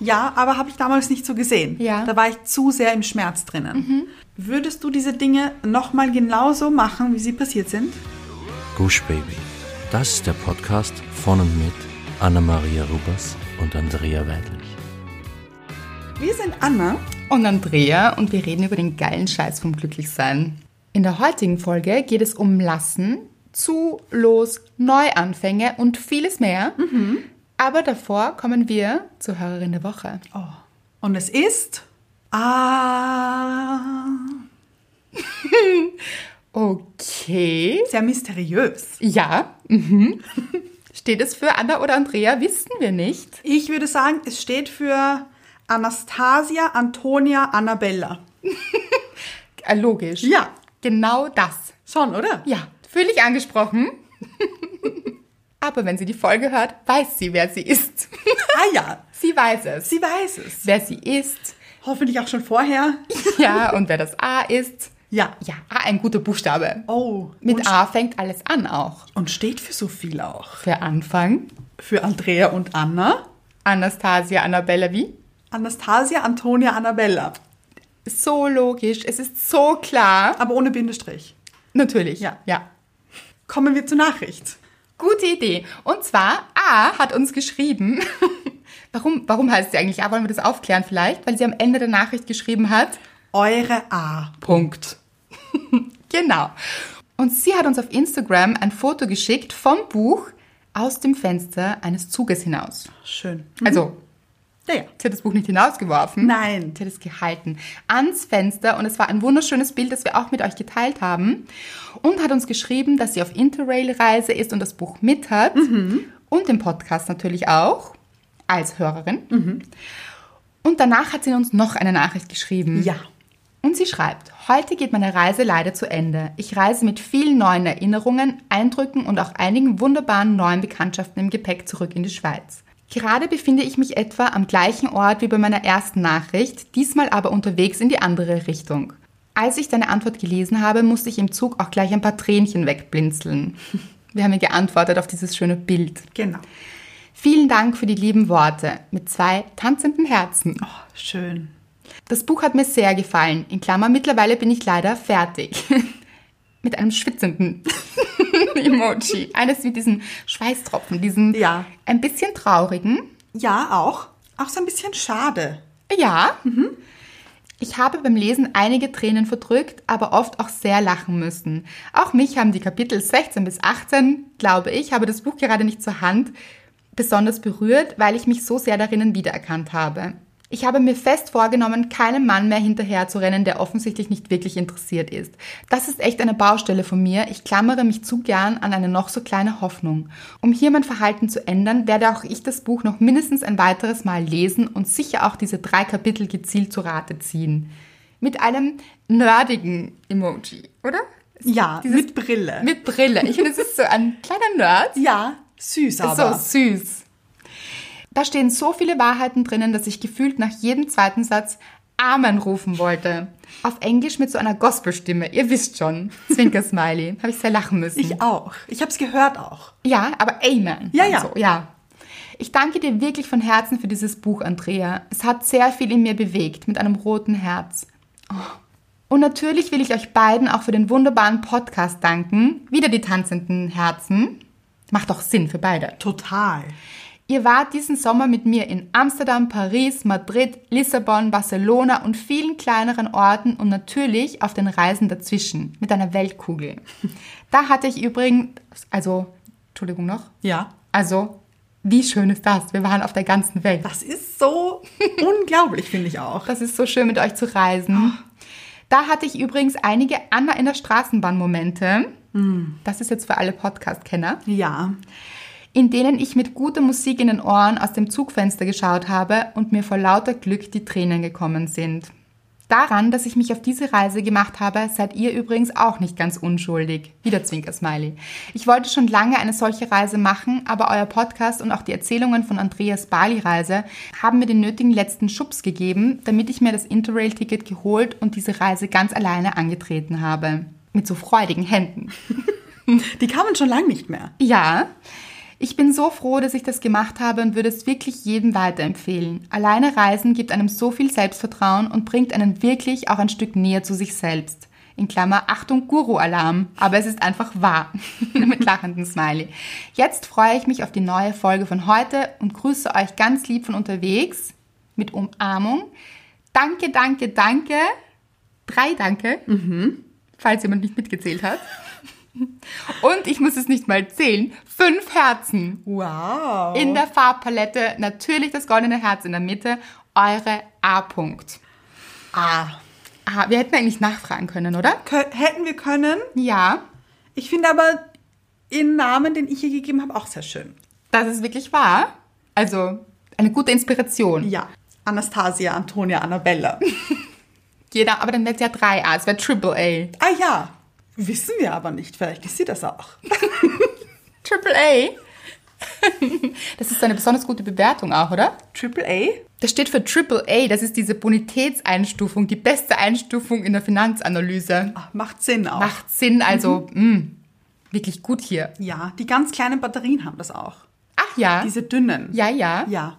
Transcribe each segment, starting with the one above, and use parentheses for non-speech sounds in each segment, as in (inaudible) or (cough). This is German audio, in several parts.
Ja, aber habe ich damals nicht so gesehen. Ja. Da war ich zu sehr im Schmerz drinnen. Würdest du diese Dinge nochmal genauso machen, wie sie passiert sind? Gush Baby. Das ist der Podcast von und mit Anna-Maria Rubers und Andrea Weidlich. Wir sind Anna. Und Andrea und wir reden über den geilen Scheiß vom Glücklichsein. In der heutigen Folge geht es um Lassen, zu, los, Neuanfänge und vieles mehr. Mhm. Aber davor kommen wir zur Hörerin der Woche. Oh. Und es ist. Ah. Okay. Sehr mysteriös. Ja. (laughs) Mhm. Steht es für Anna oder Andrea? Wissen wir nicht. Ich würde sagen, es steht für Anastasia Antonia Annabella. Äh, Logisch. Ja. Genau das. Schon, oder? Ja. Fühle ich angesprochen. (laughs) Aber wenn sie die Folge hört, weiß sie, wer sie ist. Ah ja, Sie weiß es. sie weiß es. Wer sie ist. Hoffentlich auch schon vorher. (laughs) Ja, und wer das A ist. Ja. Ja, A, ein guter Buchstabe. Oh. Mit und, A fängt alles an auch. und steht für so viel auch. Für Anfang, Für Andrea und Anna. Anastasia Annabella wie? Anastasia Antonia Annabella. So logisch, es ist so klar. Aber ohne Bindestrich. Natürlich. Ja. ja. Kommen wir zur Nachricht. Gute Idee. Und zwar, A hat uns geschrieben. (laughs) warum, warum heißt sie eigentlich A? Wollen wir das aufklären vielleicht? Weil sie am Ende der Nachricht geschrieben hat. Eure A. Punkt. (laughs) genau. Und sie hat uns auf Instagram ein Foto geschickt vom Buch aus dem Fenster eines Zuges hinaus. Schön. Also, Ja, ja. sie hat das Buch nicht hinausgeworfen. Nein. Sie hat es gehalten. Ans Fenster. Und es war ein wunderschönes Bild, das wir auch mit euch geteilt haben. Und hat uns geschrieben, dass sie auf Interrail-Reise ist und das Buch mit hat. Mhm. Und den Podcast natürlich auch. Als Hörerin. Mhm. Und danach hat sie uns noch eine Nachricht geschrieben. Ja. Und sie schreibt, heute geht meine Reise leider zu Ende. Ich reise mit vielen neuen Erinnerungen, Eindrücken und auch einigen wunderbaren neuen Bekanntschaften im Gepäck zurück in die Schweiz. Gerade befinde ich mich etwa am gleichen Ort wie bei meiner ersten Nachricht, diesmal aber unterwegs in die andere Richtung. Als ich deine Antwort gelesen habe, musste ich im Zug auch gleich ein paar Tränchen wegblinzeln. (laughs) Wir haben ihr geantwortet auf dieses schöne Bild. Genau. Vielen Dank für die lieben Worte mit zwei tanzenden Herzen. Oh, schön. Das Buch hat mir sehr gefallen. In Klammer, mittlerweile bin ich leider fertig. (laughs) mit einem schwitzenden (laughs) Emoji. Eines mit diesen Schweißtropfen, diesen Ja. ein bisschen traurigen. Ja, auch. Auch so ein bisschen schade. Ja. Ich habe beim Lesen einige Tränen verdrückt, aber oft auch sehr lachen müssen. Auch mich haben die Kapitel 16 bis 18, glaube ich, habe das Buch gerade nicht zur Hand, besonders berührt, weil ich mich so sehr darinnen wiedererkannt habe. Ich habe mir fest vorgenommen, keinem Mann mehr hinterherzurennen, der offensichtlich nicht wirklich interessiert ist. Das ist echt eine Baustelle von mir. Ich klammere mich zu gern an eine noch so kleine Hoffnung. Um hier mein Verhalten zu ändern, werde auch ich das Buch noch mindestens ein weiteres Mal lesen und sicher auch diese drei Kapitel gezielt zu Rate ziehen. Mit einem nerdigen Emoji, oder? Ja, Dieses- mit Brille. Mit Brille. Ich finde, es ist so ein kleiner Nerd. ja, süß Ist aber. So süß. Da stehen so viele Wahrheiten drinnen, dass ich gefühlt nach jedem zweiten Satz Amen rufen wollte. Auf Englisch mit so einer Gospelstimme. Ihr wisst schon. Zwinker-Smiley. Habe ich sehr lachen müssen. Ich auch. Ich habe es gehört auch. ja, aber Amen. Ja, ja. Also, ja. Ich danke dir wirklich von Herzen für dieses Buch, Andrea. Es hat sehr viel in mir bewegt, mit einem roten Herz. Oh. Und natürlich will ich euch beiden auch für den wunderbaren Podcast danken. Wieder die tanzenden Herzen. Macht doch Sinn für beide. Total. Ihr wart diesen Sommer mit mir in Amsterdam, Paris, Madrid, Lissabon, Barcelona und vielen kleineren Orten und natürlich auf den Reisen dazwischen mit einer Weltkugel. Da hatte ich übrigens, also, Entschuldigung noch, Ja. also, wie schön ist das? Wir waren auf der ganzen Welt. Das ist (laughs) so unglaublich, finde ich auch. Das ist so schön, mit euch zu reisen. Da hatte ich übrigens einige Anna in der Straßenbahn-Momente. Das ist jetzt für alle Podcast-Kenner. Ja. in denen ich mit guter Musik in den Ohren aus dem Zugfenster geschaut habe und mir vor lauter Glück die Tränen gekommen sind. Daran, dass ich mich auf diese Reise gemacht habe, seid ihr übrigens auch nicht ganz unschuldig. Wieder Zwinker-Smiley. Ich wollte schon lange eine solche Reise machen, aber euer Podcast und auch die Erzählungen von Andreas Bali-Reise haben mir den nötigen letzten Schubs gegeben, damit ich mir das Interrail-Ticket geholt und diese Reise ganz alleine angetreten habe. Mit so freudigen Händen. Die kamen schon lange nicht mehr. Ja, Ich bin so froh, dass ich das gemacht habe und würde es wirklich jedem weiterempfehlen. Alleine Reisen gibt einem so viel Selbstvertrauen und bringt einen wirklich auch ein Stück näher zu sich selbst. In Klammer, Achtung, Guru-Alarm. Aber es ist einfach wahr. (laughs) Mit lachendem Smiley. Jetzt freue ich mich auf die neue Folge von heute und grüße euch ganz lieb von unterwegs mit Umarmung. Danke, danke, danke. Drei Danke, falls jemand nicht mitgezählt hat. Und ich muss es nicht mal zählen. Fünf Herzen. Wow. In der Farbpalette natürlich das goldene Herz in der Mitte. Eure A. -Punkt. ah. Ah, wir hätten eigentlich nachfragen können, oder? Kö- Hätten wir können. Ja, Ich finde aber den Namen, den ich hier gegeben habe, auch sehr schön. das ist wirklich wahr. Also eine gute Inspiration. Ja. Anastasia, Antonia, Annabella. (laughs) Jeder, aber dann wäre es ja 3A, es wäre Triple A. ah ja. Wissen wir aber nicht. Vielleicht ist sie das auch. Triple A? (laughs) Das ist eine besonders gute Bewertung auch, oder? Triple A? Das steht für Triple A, das ist diese Bonitätseinstufung, die beste Einstufung in der Finanzanalyse. Ah, macht Sinn auch. Macht Sinn, also mh, wirklich gut hier. Ja, die ganz kleinen Batterien haben das auch. Ach ja, Diese dünnen. ja, ja. Ja.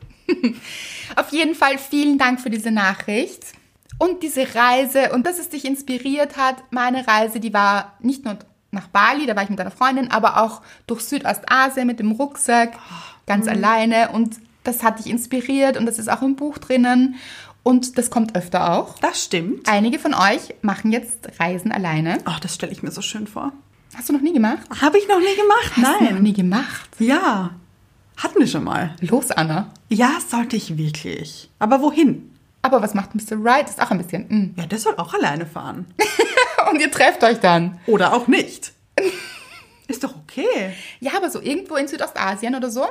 Auf jeden Fall vielen Dank für diese Nachricht und diese Reise und dass es dich inspiriert hat. Meine Reise, die war nicht nur nach Bali, da war ich mit einer Freundin, aber auch durch Südostasien mit dem Rucksack, ganz alleine und das hat dich inspiriert und das ist auch im Buch drinnen und das kommt öfter auch. Das stimmt. Einige von euch machen jetzt Reisen alleine. Ach, das stelle ich mir so schön vor. Hast du noch nie gemacht? Habe ich noch nie gemacht. Hast du noch Nein. nie gemacht. Ja. Hatten wir schon mal. Los, Anna. Ja, sollte ich wirklich. Aber wohin? Aber was macht Mr. Wright? Ist auch ein bisschen. mm. (laughs) Ja, der soll auch alleine fahren. Und ihr trefft euch dann. Oder auch nicht. Ist doch okay. Ja, aber so irgendwo in Südostasien oder so.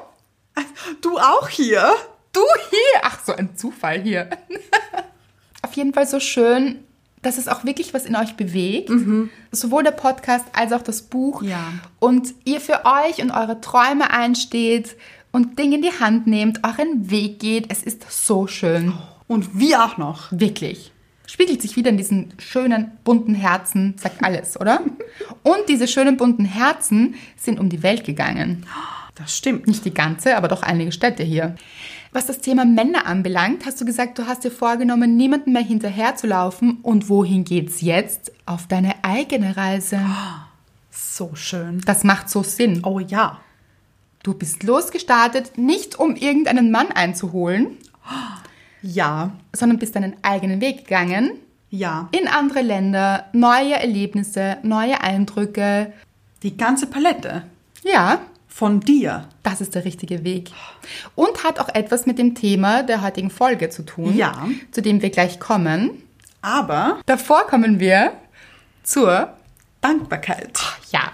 Du auch hier? Du hier! Ach, so ein Zufall hier. (laughs) Auf jeden Fall so schön, dass es auch wirklich was in euch bewegt. Sowohl der Podcast als auch das Buch. Ja. Und ihr für euch und eure Träume einsteht und Dinge in die Hand nehmt, euren Weg geht. Es ist so schön. Und wir auch noch. Wirklich. Spiegelt sich wieder in diesen schönen, bunten Herzen, sagt alles, (laughs) oder? Und diese schönen, bunten Herzen sind um die Welt gegangen. Das stimmt. Nicht die ganze, aber doch einige Städte hier. Was das Thema Männer anbelangt, hast du gesagt, du hast dir vorgenommen, niemandem mehr hinterherzulaufen. Und wohin geht's jetzt? Auf deine eigene Reise. So schön. Das macht so Sinn. Oh ja. Du bist losgestartet, nicht um irgendeinen Mann einzuholen, Ja. sondern bist deinen eigenen Weg gegangen. Ja. In andere Länder, neue Erlebnisse, neue Eindrücke. Die ganze Palette Ja, von dir. Das ist der richtige Weg. Und hat auch etwas mit dem Thema der heutigen Folge zu tun, Ja. zu dem wir gleich kommen. Aber Davor kommen wir zur, Dankbarkeit. ja,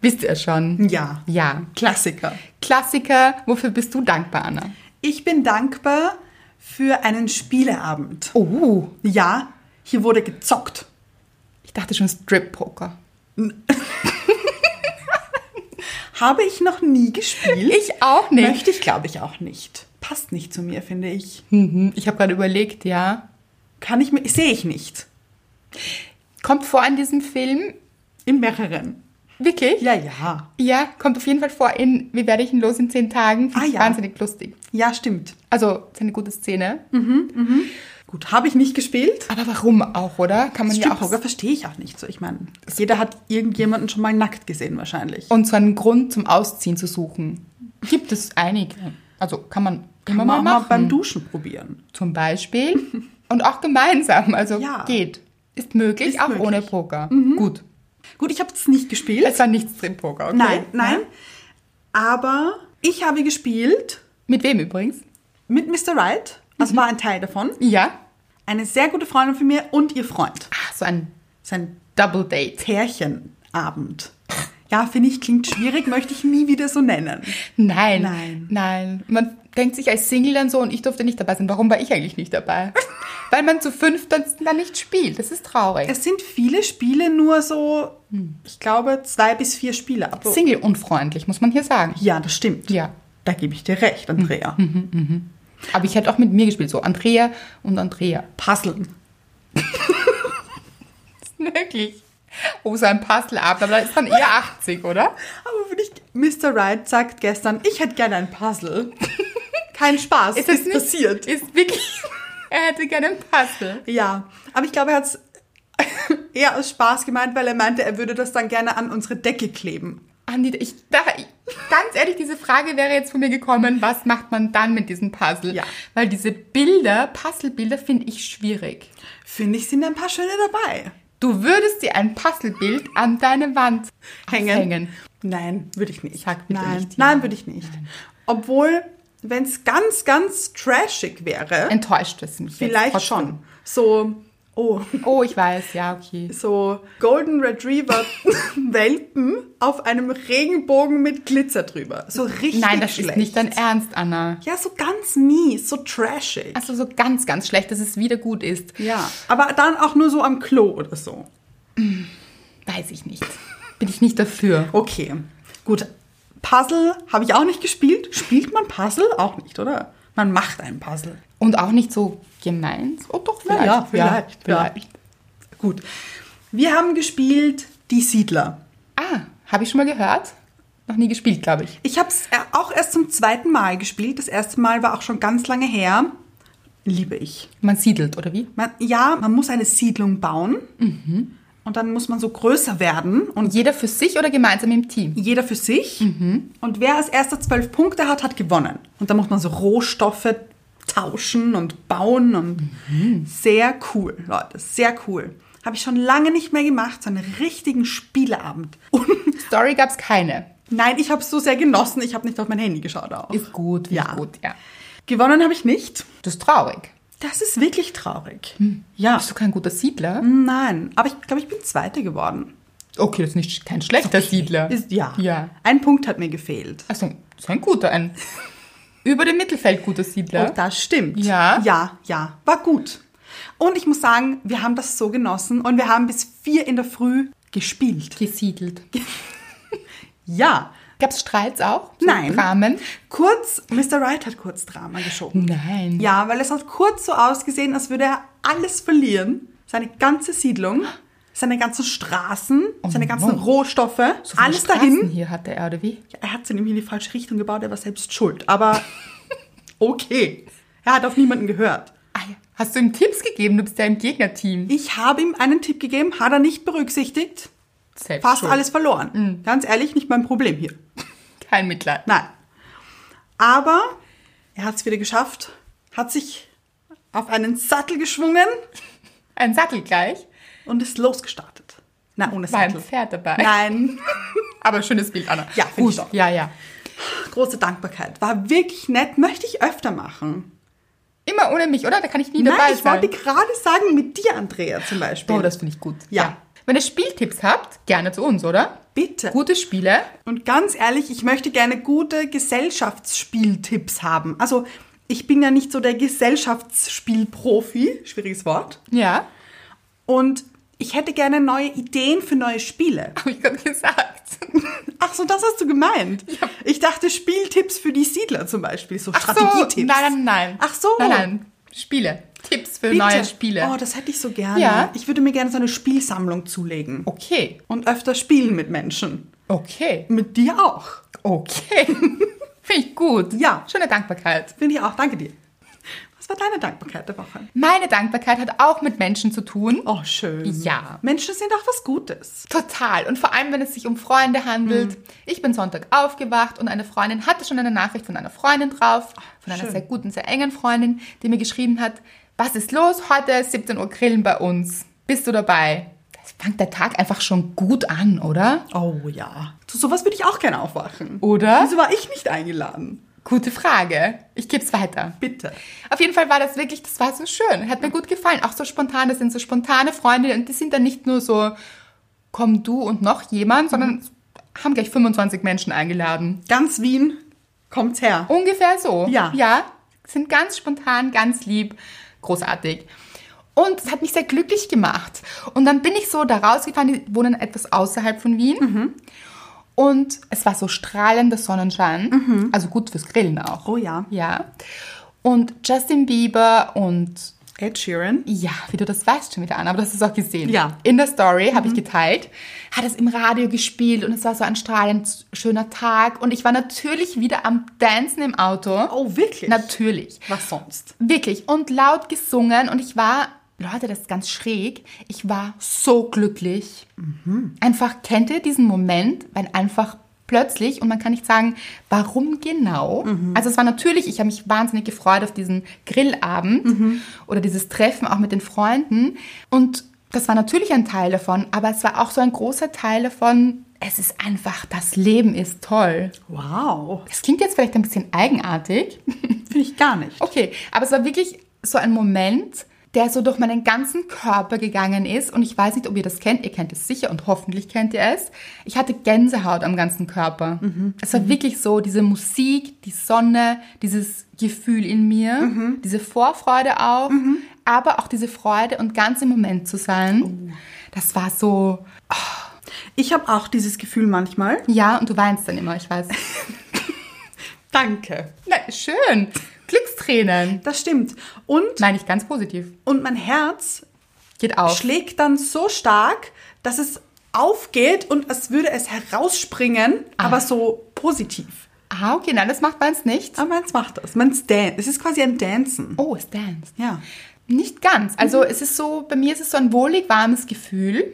wisst ihr schon, Ja. ja, Klassiker. Klassiker, wofür bist du dankbar, Anna? Ich bin dankbar für einen Spieleabend. Oh, Ja, hier wurde gezockt. ich dachte schon Strip-Poker. Habe ich noch nie gespielt. Ich auch nicht. Möchte ich, glaube ich, auch nicht. Passt nicht zu mir, finde ich. Mhm, Ich habe gerade überlegt, ja. Kann ich mir. Sehe ich nicht. Kommt vor in diesem Film, In mehreren. wirklich? Ja, ja. Ja, kommt auf jeden Fall vor in Wie werde ich ihn los in zehn Tagen? Finde Ah, ich ja. wahnsinnig lustig. Ja, stimmt. Also, ist eine gute Szene. Gut, habe ich nicht gespielt. Aber warum auch, oder? Kann man ja Strip auch Poker verstehe ich auch nicht so. Ich meine, jeder hat irgendjemanden schon mal nackt gesehen wahrscheinlich. Und so einen Grund zum Ausziehen zu suchen. Gibt es einige. Also kann man, kann man mal auch machen. beim Duschen probieren. (laughs) Zum Beispiel. Und auch gemeinsam. Also Ja. geht. Ist möglich, Ist auch möglich. Mhm. ohne Poker. Gut. Gut, ich habe es nicht gespielt. Es war nicht Strip-Poker, okay? nein, nein. Aber ich habe gespielt Mit wem übrigens? mit Mr. Right. Das Mhm. war ein Teil davon. Ja. Eine sehr gute Freundin von mir und ihr Freund. Ach, so ein Sein Double Date. (laughs) Pärchenabend. Ja, finde ich, klingt schwierig, möchte ich nie wieder so nennen. Nein. Nein. Nein. Man denkt sich als Single dann so und ich durfte nicht dabei sein. Warum war ich eigentlich (laughs) nicht dabei? Weil man zu fünf dann, dann nicht spielt. Das ist traurig. Es sind viele Spiele, nur so, Hm. ich glaube, zwei bis vier Spiele. Aber Single-unfreundlich, muss man hier sagen. Ja, das stimmt. Ja. Hm. Da gebe ich dir recht, Andrea. Aber ich hätte auch mit mir gespielt, so Andrea und Andrea. Puzzeln. Wirklich. Oh, so ein Puzzleabend, aber da ist dann eher (laughs) 80, oder? Aber wenn ich, Mr. Wright sagt gestern, ich hätte gerne ein Puzzle. Kein Spaß, ist, das ist nicht- passiert. Ist wirklich. (laughs) er hätte gerne ein Puzzle. Ja, aber ich glaube, er hat es (laughs) eher aus Spaß gemeint, weil er meinte, er würde das dann gerne an unsere Decke kleben. Andi, ich, da, ich, ganz ehrlich, diese Frage wäre jetzt von mir gekommen, was macht man dann mit diesem Puzzle? Ja. Weil diese Bilder, Puzzlebilder finde ich schwierig. Finde ich, sind ein paar schöne dabei. Du würdest dir ein Puzzlebild an deine Wand Hängen. hängen. Nein, würde ich nicht. Sag bitte Nein. nicht, ja. Nein, würde ich nicht. Obwohl, wenn es ganz, ganz trashig wäre, Enttäuscht es mich. jetzt vielleicht trotzdem. schon. So, oh, Oh, ich weiß, ja, okay. so Golden Retriever (laughs) Welpen auf einem Regenbogen mit Glitzer drüber. So richtig Nein, das schlecht. ist nicht dein Ernst, Anna. Ja, so ganz mies, so trashig. Also so ganz, ganz schlecht, dass es wieder gut ist. Ja, aber dann auch nur so am Klo oder so. Weiß ich nicht. Bin ich nicht dafür. Okay, gut. Puzzle habe ich auch nicht gespielt. Spielt man Puzzle? Auch nicht, oder? Man macht ein Puzzle. Und auch nicht so gemein. Oh doch, Na vielleicht. ja, vielleicht, ja, ja. vielleicht. Gut. Wir haben gespielt Die Siedler. Ah, habe ich schon mal gehört? Noch nie gespielt, glaube ich. Ich habe es auch erst zum zweiten Mal gespielt. Das erste Mal war auch schon ganz lange her. Liebe ich. Man siedelt, oder wie? Man, ja, man muss eine Siedlung bauen. Und dann muss man so größer werden. Und Jeder für sich oder gemeinsam im Team? jeder für sich. Und wer als erster zwölf Punkte hat, hat gewonnen. Und da muss man so Rohstoffe tauschen und bauen und sehr cool, Leute, sehr cool. Habe ich schon lange nicht mehr gemacht, so einen richtigen Spieleabend. Und Story gab es keine. nein, ich habe es so sehr genossen, ich habe nicht auf mein Handy geschaut auch. Ist gut, finde Ja. ich gut, ja. Gewonnen habe ich nicht. Das ist traurig. Das ist wirklich traurig. Ja. Bist du kein guter Siedler? Nein, aber ich glaube, ich bin Zweite geworden. Okay, das ist nicht kein schlechter Siedler. Ist, ja. Ja. Ein Punkt hat mir gefehlt. Also, so ein guter, ein über dem Mittelfeld guter Siedler. Oh, das stimmt. Ja? Ja, ja. War gut. Und ich muss sagen, wir haben das so genossen und wir haben bis vier in der Früh gespielt. Gesiedelt. Ja. Gab es Streits auch? So Nein. Dramen? Kurz, Mr. Wright hat kurz Drama geschoben. Nein. Ja, weil es hat kurz so ausgesehen, als würde er alles verlieren. Seine ganze Siedlung, seine ganzen Straßen, seine ganzen no. Rohstoffe, Oh So viele alles Straßen dahin. hier hatte er, oder wie? Er hat sie nämlich in die falsche Richtung gebaut, er war selbst schuld. Aber (laughs) okay. Er hat auf niemanden gehört. Ah, ja. Hast du ihm Tipps gegeben? Du bist ja im Gegnerteam. Ich habe ihm einen Tipp gegeben, hat er nicht berücksichtigt. Selbst Fast schuld. Mhm. alles verloren. Ganz ehrlich, nicht mein Problem hier. Kein Mitleid. Nein. Aber er hat es wieder geschafft, hat sich auf einen Sattel geschwungen Ein Sattel gleich. und ist losgestartet. Na, ohne War ein Sattel. Pferd dabei. Nein, Aber schönes Bild, Anna. Ja, finde Gut. ich doch. Ja, ja. große Dankbarkeit. War wirklich nett, möchte ich öfter machen. Immer ohne mich, oder? Da kann ich nie dabei Nein, ich wollte sein. gerade sagen, mit dir, Andrea, zum Beispiel. Oh, das finde ich gut. Ja. Wenn ihr Spieltipps habt, gerne zu uns, oder? Bitte. Gute Spiele. Und ganz ehrlich, ich möchte gerne gute Gesellschaftsspieltipps haben. Also, ich bin ja nicht so der Gesellschaftsspielprofi, schwieriges Wort. Ja. (laughs) Und ich hätte gerne neue Ideen für neue Spiele. Habe ich gerade gesagt. Ach so, das hast du gemeint. Ich dachte Spieltipps für die Siedler zum Beispiel, so Ach so, Strategietipps. Nein, nein, nein. Ach so. Nein, nein. Spiele. Tipps für Bitte. neue Spiele. Oh, das hätte ich so gerne. Ja. Ich würde mir gerne so eine Spielsammlung zulegen okay. und öfter spielen mit Menschen. Okay. Mit dir auch. Okay. (laughs) Finde ich gut. Ja. Schöne Dankbarkeit. Finde ich auch. Danke dir. Was war deine Dankbarkeit der Woche? Meine Dankbarkeit hat auch mit Menschen zu tun. Oh, schön. Ja. Menschen sind auch was Gutes. Total. Und vor allem, wenn es sich um Freunde handelt. Ich bin Sonntag aufgewacht und eine Freundin hatte schon eine Nachricht von einer Freundin drauf, von einer schön. sehr guten, sehr engen Freundin, die mir geschrieben hat, was ist los? Heute ist 17 Uhr Grillen bei uns. Bist du dabei? Das fängt der Tag einfach schon gut an, oder? Oh ja. Zu sowas würde ich auch gerne aufwachen. Oder? Wieso war ich nicht eingeladen? Gute Frage. Ich gebe es weiter. Bitte. Auf jeden Fall war das wirklich, das war so schön. Hat mir gut gefallen. Auch so spontan, das sind so spontane Freunde und die sind dann nicht nur so, komm du und noch jemand, sondern haben gleich 25 Menschen eingeladen. Ganz Wien kommt's her. Ungefähr so. Ja. Ja. Sind ganz spontan, ganz lieb, großartig. Und es hat mich sehr glücklich gemacht. Und dann bin ich so da rausgefahren, die wohnen etwas außerhalb von Wien. Und es war so strahlender Sonnenschein. Also gut fürs Grillen auch. Oh ja. Ja. Und Justin Bieber und Ed Sheeran. Ja, wie du das weißt schon wieder, Anna, aber du hast es auch gesehen. Ja. Mhm. In der Story habe ich geteilt, hat es im Radio gespielt und es war so ein strahlend schöner Tag und ich war natürlich wieder am Dancen im Auto. Oh, wirklich? Natürlich. Was sonst? Wirklich. Und laut gesungen und ich war, Leute, das ist ganz schräg, ich war so glücklich. Einfach, kennt ihr diesen Moment, wenn einfach plötzlich und man kann nicht sagen, warum genau? Also es war natürlich, ich habe mich wahnsinnig gefreut auf diesen Grillabend oder dieses Treffen auch mit den Freunden und das war natürlich ein Teil davon, aber es war auch so ein großer Teil davon, es ist einfach, das Leben ist toll. Wow. Das klingt jetzt vielleicht ein bisschen eigenartig, (laughs) Finde ich gar nicht. Okay, aber es war wirklich so ein Moment, der so durch meinen ganzen Körper gegangen ist. Und ich weiß nicht, ob ihr das kennt. Ihr kennt es sicher und hoffentlich kennt ihr es. Ich hatte Gänsehaut am ganzen Körper. Es war wirklich so, diese Musik, die Sonne, dieses Gefühl in mir, diese Vorfreude auch, aber auch diese Freude und ganz im Moment zu sein. Das war so, Ich habe auch dieses Gefühl manchmal. ja, und du weinst dann immer, ich weiß. (laughs) Danke. Na, schön. Glückstränen. Das stimmt. Und, Nein, ich ganz positiv. und mein Herz Geht auf. schlägt dann so stark, dass es aufgeht und als würde es herausspringen, aber so positiv. Ah, okay, nein, das macht meins nicht. Aber meins macht das. Meins dan es ist quasi ein Dancen. Oh, es danced. Ja. Nicht ganz. Also es ist so, bei mir ist es so ein wohlig warmes Gefühl.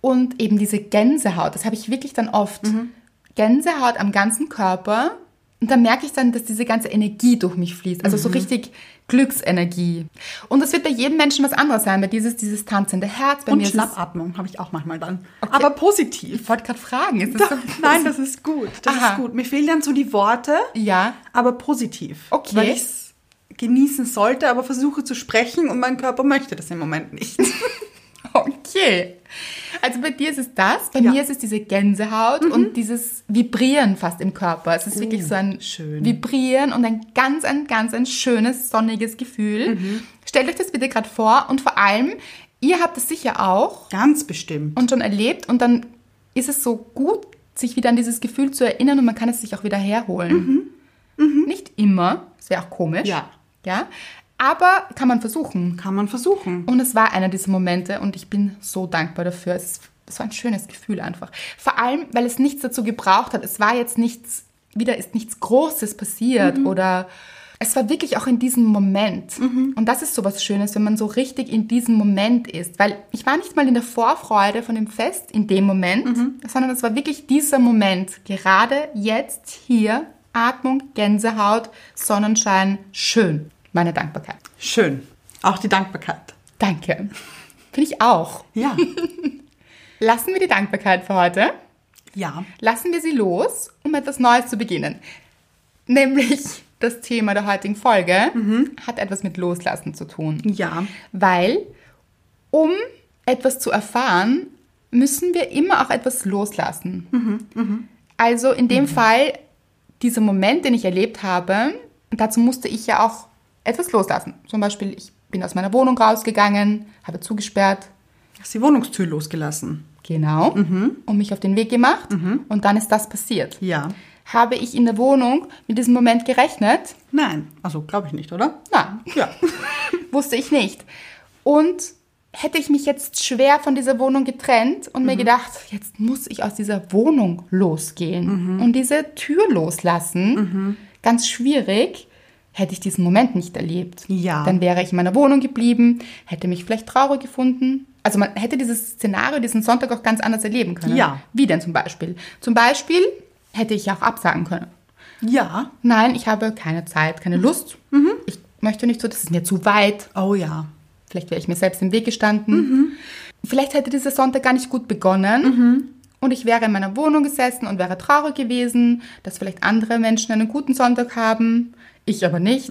Und eben diese Gänsehaut, das habe ich wirklich dann oft. Gänsehaut am ganzen Körper. Und da merke ich dann, dass diese ganze Energie durch mich fließt. Also so richtig Glücksenergie. Und das wird bei jedem Menschen was anderes sein. Bei dieses, dieses tanzende Herz, bei Und mir ist es- Schnappatmung habe ich auch manchmal dann. Aber positiv. Ich wollte gerade fragen, ist das so? Nein, das ist gut. Das Aha. ist gut. Mir fehlen dann so die Worte, Ja. aber positiv. Okay. Weil ich es genießen sollte, aber versuche zu sprechen und mein Körper möchte das im Moment nicht. (laughs) Okay. Also bei dir ist es das, bei Ja. Mhm. mir ist es diese Gänsehaut und dieses Vibrieren fast im Körper. Es ist wirklich so ein Oh, schön. Vibrieren und ein ganz, ein ganz, ein schönes, sonniges Gefühl. Mhm. Stellt euch das bitte gerade vor und vor allem, ihr habt es sicher auch (laughs) Ganz bestimmt. und schon erlebt und dann ist es so gut, sich wieder an dieses Gefühl zu erinnern und man kann es sich auch wieder herholen. Nicht immer, das wäre auch komisch. Mhm. Ja. Ja. Aber kann man versuchen. Kann man versuchen. Und es war einer dieser Momente und ich bin so dankbar dafür. Es, es war ein schönes Gefühl einfach. Vor allem, weil es nichts dazu gebraucht hat. Es war jetzt nichts, wieder ist nichts Großes passiert oder es war wirklich auch in diesem Moment. Und das ist so was Schönes, wenn man so richtig in diesem Moment ist. Weil ich war nicht mal in der Vorfreude von dem Fest in dem Moment, sondern es war wirklich dieser Moment, gerade jetzt hier. Atmung, Gänsehaut, Sonnenschein, schön. Meine Dankbarkeit. Schön. Auch die Dankbarkeit. Danke. Finde ich auch. Ja. Lassen wir die Dankbarkeit für heute. (laughs) ja. Lassen wir sie los, um etwas Neues zu beginnen. Nämlich das Thema der heutigen Folge hat etwas mit Loslassen zu tun. Ja. Weil, um etwas zu erfahren, müssen wir immer auch etwas loslassen. Also in dem Fall, dieser Moment, den ich erlebt habe, dazu musste ich ja auch etwas loslassen. Zum Beispiel, ich bin aus meiner Wohnung rausgegangen, habe zugesperrt, Hast die Wohnungstür losgelassen. Genau. Und mich auf den Weg gemacht. Und dann ist das passiert. Ja. Habe ich in der Wohnung mit diesem Moment gerechnet? Nein. Also, glaube ich nicht, oder? Nein, Ja. wusste ich nicht. Und hätte ich mich jetzt schwer von dieser Wohnung getrennt und Mhm. mir gedacht, jetzt muss ich aus dieser Wohnung Mhm. losgehen und diese Tür loslassen, ganz schwierig, hätte ich diesen Moment nicht erlebt. Ja. Dann wäre ich in meiner Wohnung geblieben, hätte mich vielleicht traurig gefunden. Also man hätte dieses Szenario, diesen Sonntag auch ganz anders erleben können. Ja. Wie denn zum Beispiel? Zum Beispiel hätte ich ja auch absagen können. Ja. Nein, ich habe keine Zeit, Mhm. keine Lust. Ich möchte nicht so, das ist mir zu weit. Oh ja. Vielleicht wäre ich mir selbst im Weg gestanden. Vielleicht hätte dieser Sonntag gar nicht gut begonnen. Und ich wäre in meiner Wohnung gesessen und wäre traurig gewesen, dass vielleicht andere Menschen einen guten Sonntag haben, ich aber nicht.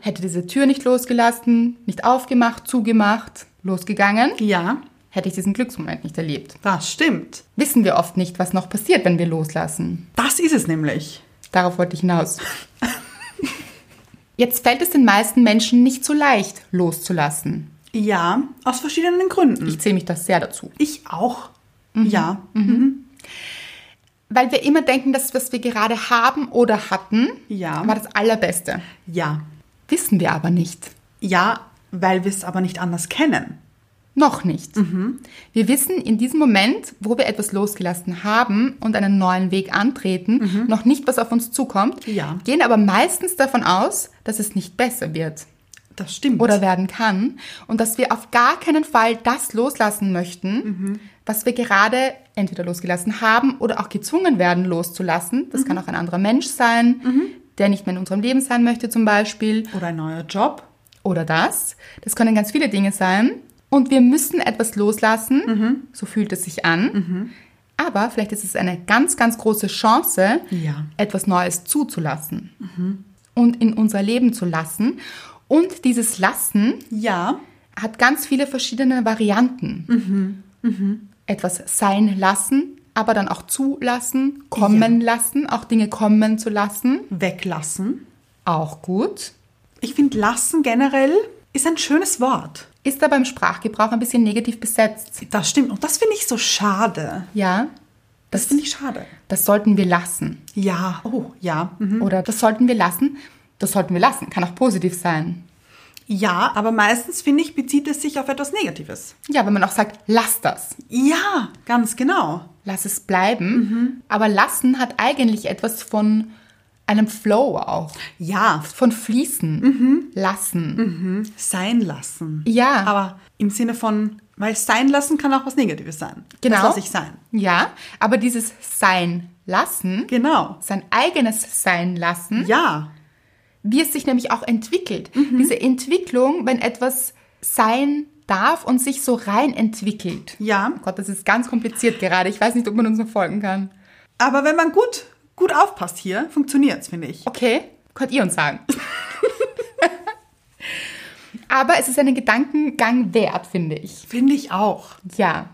Hätte diese Tür nicht losgelassen, nicht aufgemacht, zugemacht, losgegangen, Ja. hätte ich diesen Glücksmoment nicht erlebt. Das stimmt. Wissen wir oft nicht, was noch passiert, wenn wir loslassen. Das ist es nämlich. Darauf wollte ich hinaus. Jetzt fällt es den meisten Menschen nicht so leicht, loszulassen. Ja. Aus verschiedenen Gründen. Ich zähle mich das sehr dazu. Ich Mhm. auch. Ja. Weil wir immer denken, dass was wir gerade haben oder hatten, Ja. war das Allerbeste. Ja. Wissen wir aber nicht. Ja. weil wir es aber nicht anders kennen. Noch nicht. Mhm. Wir wissen in diesem Moment, wo wir etwas losgelassen haben und einen neuen Weg antreten, noch nicht, was auf uns zukommt, Mhm. Ja. gehen aber meistens davon aus, dass es nicht besser wird Das stimmt. oder werden kann und dass wir auf gar keinen Fall das loslassen möchten, was wir gerade entweder losgelassen haben oder auch gezwungen werden loszulassen. Das kann auch ein anderer Mensch sein, der nicht mehr in unserem Leben sein möchte zum Beispiel oder ein neuer Job. oder das. Das können ganz viele Dinge sein. Und wir müssen etwas loslassen, so fühlt es sich an. Aber vielleicht ist es eine ganz, ganz große Chance, Ja. etwas Neues zuzulassen und in unser Leben zu lassen. Und dieses Lassen Ja. hat ganz viele verschiedene Varianten. Mhm, Etwas sein lassen, aber dann auch zulassen, kommen lassen, auch Dinge kommen zu lassen. Weglassen. Auch gut. Ich finde, lassen generell ist ein schönes Wort. Ist aber im Sprachgebrauch ein bisschen negativ besetzt. Das stimmt. Und das finde ich so schade. Ja, Das finde ich schade. das sollten wir lassen. Ja. Oh, ja. Mhm. Oder das sollten wir lassen. Das sollten wir lassen. Kann auch positiv sein. Ja, aber meistens finde ich, bezieht es sich auf etwas Negatives. Ja, wenn man auch sagt, lass das. Ja, ganz genau. Lass es bleiben. Mhm. Aber lassen hat eigentlich etwas von einem Flow auch. Ja, Von fließen. Mhm. Lassen. sein lassen. Ja. Aber im Sinne von, weil sein lassen kann auch was Negatives sein. Genau. Das lasse ich sein. Ja, aber dieses Sein lassen, Genau. sein eigenes Sein lassen, Ja. wie es sich nämlich auch entwickelt. Diese Entwicklung, wenn etwas sein darf und sich so rein entwickelt. Ja. Oh Gott, das ist ganz kompliziert gerade. Ich weiß nicht, ob man uns noch folgen kann. Aber wenn man gut, gut aufpasst hier, funktioniert es, finde ich. Okay, könnt ihr uns sagen. aber es ist einen Gedankengang wert, finde ich. Finde ich auch. Ja.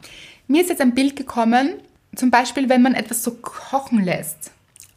Mir ist jetzt ein Bild gekommen, zum Beispiel, wenn man etwas so kochen lässt.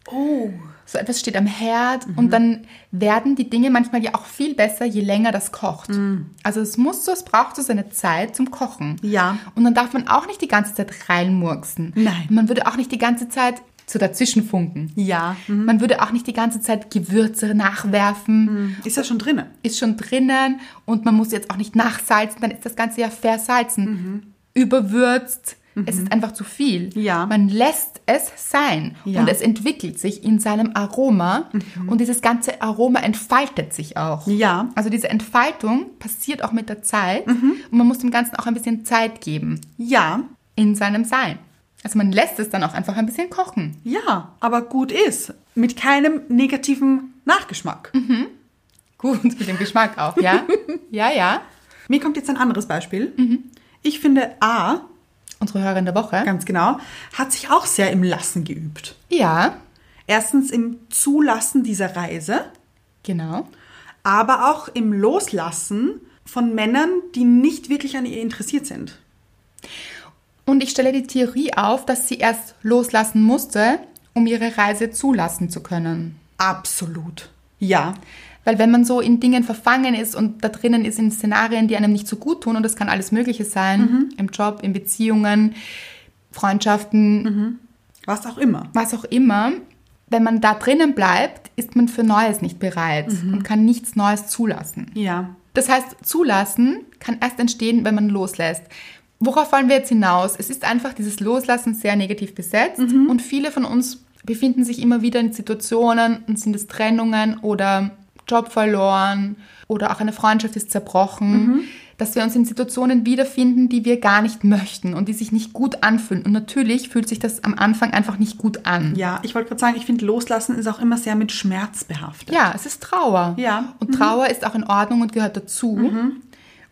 Oh. So etwas steht am Herd Mhm. und dann werden die Dinge manchmal ja auch viel besser, je länger das kocht. Mhm. Also es muss so, es braucht so seine Zeit zum Kochen. Ja. Und dann darf man auch nicht die ganze Zeit reinmurksen. Nein. Und man würde auch nicht die ganze Zeit so dazwischen funken. Ja. Hm. Mhm. Man würde auch nicht die ganze Zeit Gewürze nachwerfen Ist ja schon drinnen. ist schon drinnen und man muss jetzt auch nicht nachsalzen, dann ist das Ganze ja versalzen, Mhm. überwürzt. Es ist einfach zu viel. Ja. Man lässt es sein Ja. Mhm. und es entwickelt sich in seinem Aroma und dieses ganze Aroma entfaltet sich auch. Ja. Mhm. Also diese Entfaltung passiert auch mit der Zeit und man muss dem Ganzen auch ein bisschen Zeit geben Ja. in seinem Sein. Also man lässt es dann auch einfach ein bisschen kochen. Ja. Aber gut ist. Mit keinem negativen Nachgeschmack. Gut, mit dem Geschmack auch, (laughs) ja? ja, ja. Mir kommt jetzt ein anderes Beispiel. Ich finde, A, Unsere Hörerin der Woche. ganz genau, hat sich auch sehr im Lassen geübt. ja Erstens im Zulassen dieser Reise, genau. aber auch im Loslassen von Männern, die nicht wirklich an ihr interessiert sind. Und ich stelle die Theorie auf, dass sie erst loslassen musste, um ihre Reise zulassen zu können. Absolut. Ja. Weil wenn man so in Dingen verfangen ist und da drinnen ist in Szenarien, die einem nicht so gut tun, und das kann alles Mögliche sein, im Job, in Beziehungen, Freundschaften, Was auch immer. was auch immer, wenn man da drinnen bleibt, ist man für Neues nicht bereit und kann nichts Neues zulassen. Ja. Das heißt, zulassen kann erst entstehen, wenn man loslässt. Worauf wollen wir jetzt hinaus? Es ist einfach dieses Loslassen sehr negativ besetzt und viele von uns befinden sich immer wieder in Situationen und sind es Trennungen oder Job verloren oder auch eine Freundschaft ist zerbrochen, dass wir uns in Situationen wiederfinden, die wir gar nicht möchten und die sich nicht gut anfühlen. Und natürlich fühlt sich das am Anfang einfach nicht gut an. Ja, ich wollte gerade sagen, ich finde, Loslassen ist auch immer sehr mit Schmerz behaftet. Ja, es ist Trauer. Ja. Und Trauer ist auch in Ordnung und gehört dazu.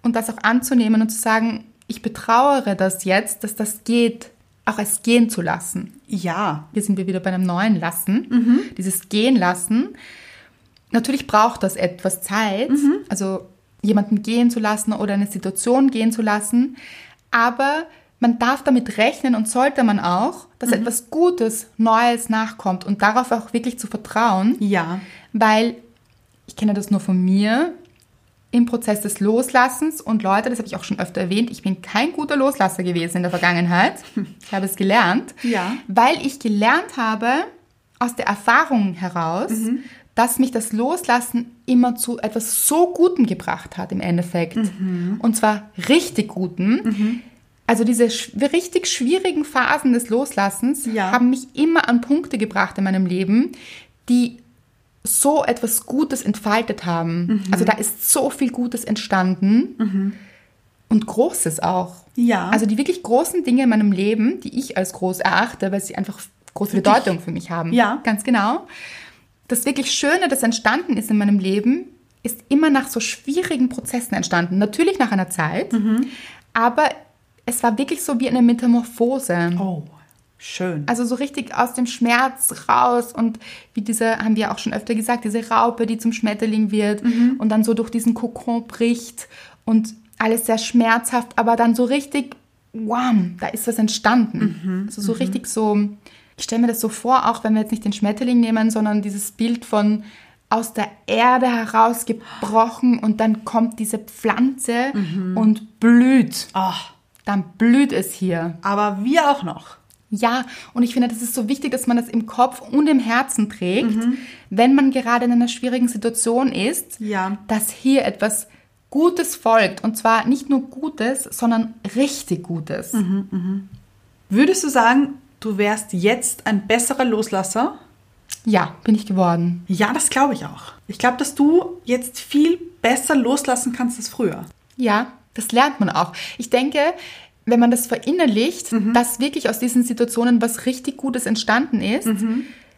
Und das auch anzunehmen und zu sagen, ich betrauere das jetzt, dass das geht, auch es gehen zu lassen. Ja. Hier sind wir wieder bei einem neuen Lassen. Dieses Gehen lassen. Natürlich braucht das etwas Zeit, also jemanden gehen zu lassen oder eine Situation gehen zu lassen. Aber man darf damit rechnen und sollte man auch, dass etwas Gutes, Neues nachkommt und darauf auch wirklich zu vertrauen. Ja. Weil ich kenne das nur von mir im Prozess des Loslassens und Leute, das habe ich auch schon öfter erwähnt, ich bin kein guter Loslasser gewesen in der Vergangenheit. Ich habe es gelernt, Ja. Mhm. weil ich gelernt habe aus der Erfahrung heraus, dass mich das Loslassen immer zu etwas so Gutem gebracht hat im Endeffekt. Mhm. Und zwar richtig Guten. Also diese sch richtig schwierigen Phasen des Loslassens Ja. haben mich immer an Punkte gebracht in meinem Leben, die so etwas Gutes entfaltet Mhm. haben. Also da ist so viel Gutes entstanden und Großes auch. Ja. Also die wirklich großen Dinge in meinem Leben, die ich als groß erachte, weil sie einfach große Bedeutung für mich haben. Ja. Ganz genau. Das wirklich Schöne, das entstanden ist in meinem Leben, ist immer nach so schwierigen Prozessen entstanden. Natürlich nach einer Zeit, Mhm. aber es war wirklich so wie eine Metamorphose. Oh, schön. Also so richtig aus dem Schmerz raus und wie diese, haben wir auch schon öfter gesagt, diese Raupe, die zum Schmetterling wird und dann so durch diesen Kokon bricht und alles sehr schmerzhaft, aber dann so richtig, wham, da ist was entstanden. Also so richtig so, ich stelle mir das so vor, auch wenn wir jetzt nicht den Schmetterling nehmen, sondern dieses Bild von aus der Erde herausgebrochen und dann kommt diese Pflanze und blüht. Ah, Dann blüht es hier. aber wir auch noch. Ja, und ich finde, das ist so wichtig, dass man das im Kopf und im Herzen trägt, wenn man gerade in einer schwierigen Situation ist, Ja. dass hier etwas Gutes folgt. Und zwar nicht nur Gutes, sondern richtig Gutes. Würdest du sagen, du wärst jetzt ein besserer Loslasser? Ja, bin ich geworden. Ja, das glaube ich auch. Ich glaube, dass du jetzt viel besser loslassen kannst als früher. Ja, das lernt man auch. Ich denke, wenn man das verinnerlicht, dass wirklich aus diesen Situationen was richtig Gutes entstanden ist,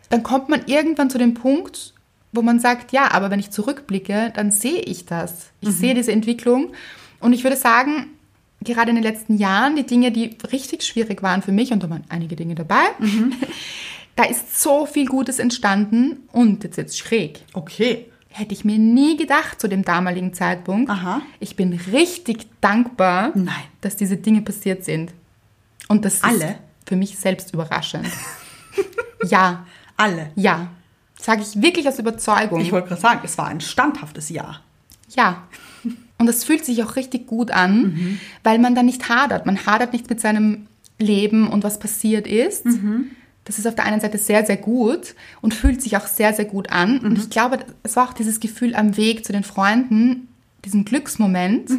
dann kommt man irgendwann zu dem Punkt, wo man sagt, ja, aber wenn ich zurückblicke, dann sehe ich das. Ich sehe diese Entwicklung. Und ich würde sagen, gerade in den letzten Jahren, die Dinge, die richtig schwierig waren für mich, und da waren einige Dinge dabei, (laughs) da ist so viel Gutes entstanden und jetzt jetzt schräg. Okay. Hätte ich mir nie gedacht zu dem damaligen Zeitpunkt. Aha. Ich bin richtig dankbar, Nein. dass diese Dinge passiert sind. Und das ist Alle? für mich selbst überraschend. (laughs) ja, Alle. ja. Sage ich wirklich aus Überzeugung. Ich wollte gerade sagen, es war ein standhaftes Jahr. Ja. Und das fühlt sich auch richtig gut an, weil man dann nicht hadert. Man hadert nicht mit seinem Leben und was passiert ist. Das ist auf der einen Seite sehr, sehr gut und fühlt sich auch sehr, sehr gut an. Und ich glaube, es war auch dieses Gefühl am Weg zu den Freunden, diesem Glücksmoment.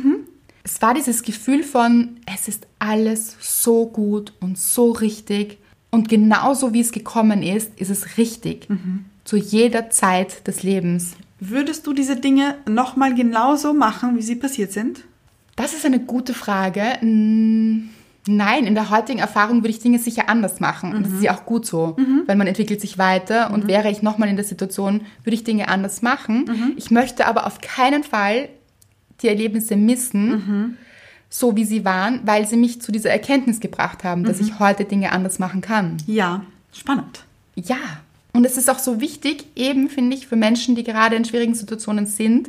Es war dieses Gefühl von, es ist alles so gut und so richtig. Und genauso wie es gekommen ist, ist es richtig. Zu jeder Zeit des Lebens. Würdest du diese Dinge nochmal genauso machen, wie sie passiert sind? Das ist eine gute Frage. Mm, Nein, in der heutigen Erfahrung würde ich Dinge sicher anders machen. Und das ist ja auch gut so, weil man entwickelt sich weiter. Und wäre ich nochmal in der Situation, würde ich Dinge anders machen. Ich möchte aber auf keinen Fall die Erlebnisse missen, so wie sie waren, weil sie mich zu dieser Erkenntnis gebracht haben, dass ich heute Dinge anders machen kann. Ja. Spannend. Ja. Und es ist auch so wichtig, eben finde ich, für Menschen, die gerade in schwierigen Situationen sind,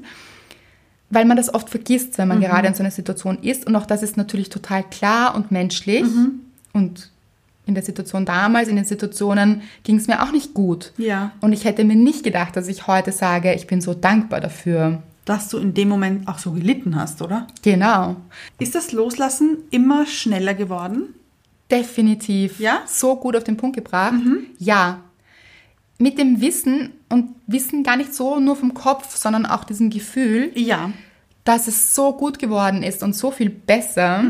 weil man das oft vergisst, wenn man gerade in so einer Situation ist. Und auch das ist natürlich total klar und menschlich. Und in der Situation damals, in den Situationen ging es mir auch nicht gut. Ja. Und ich hätte mir nicht gedacht, dass ich heute sage, ich bin so dankbar dafür. Dass du in dem Moment auch so gelitten hast, oder? Genau. Ist das Loslassen immer schneller geworden? Definitiv. Ja? So gut auf den Punkt gebracht. Ja. Mit dem Wissen und Wissen gar nicht so nur vom Kopf, sondern auch diesem Gefühl, Ja. dass es so gut geworden ist und so viel besser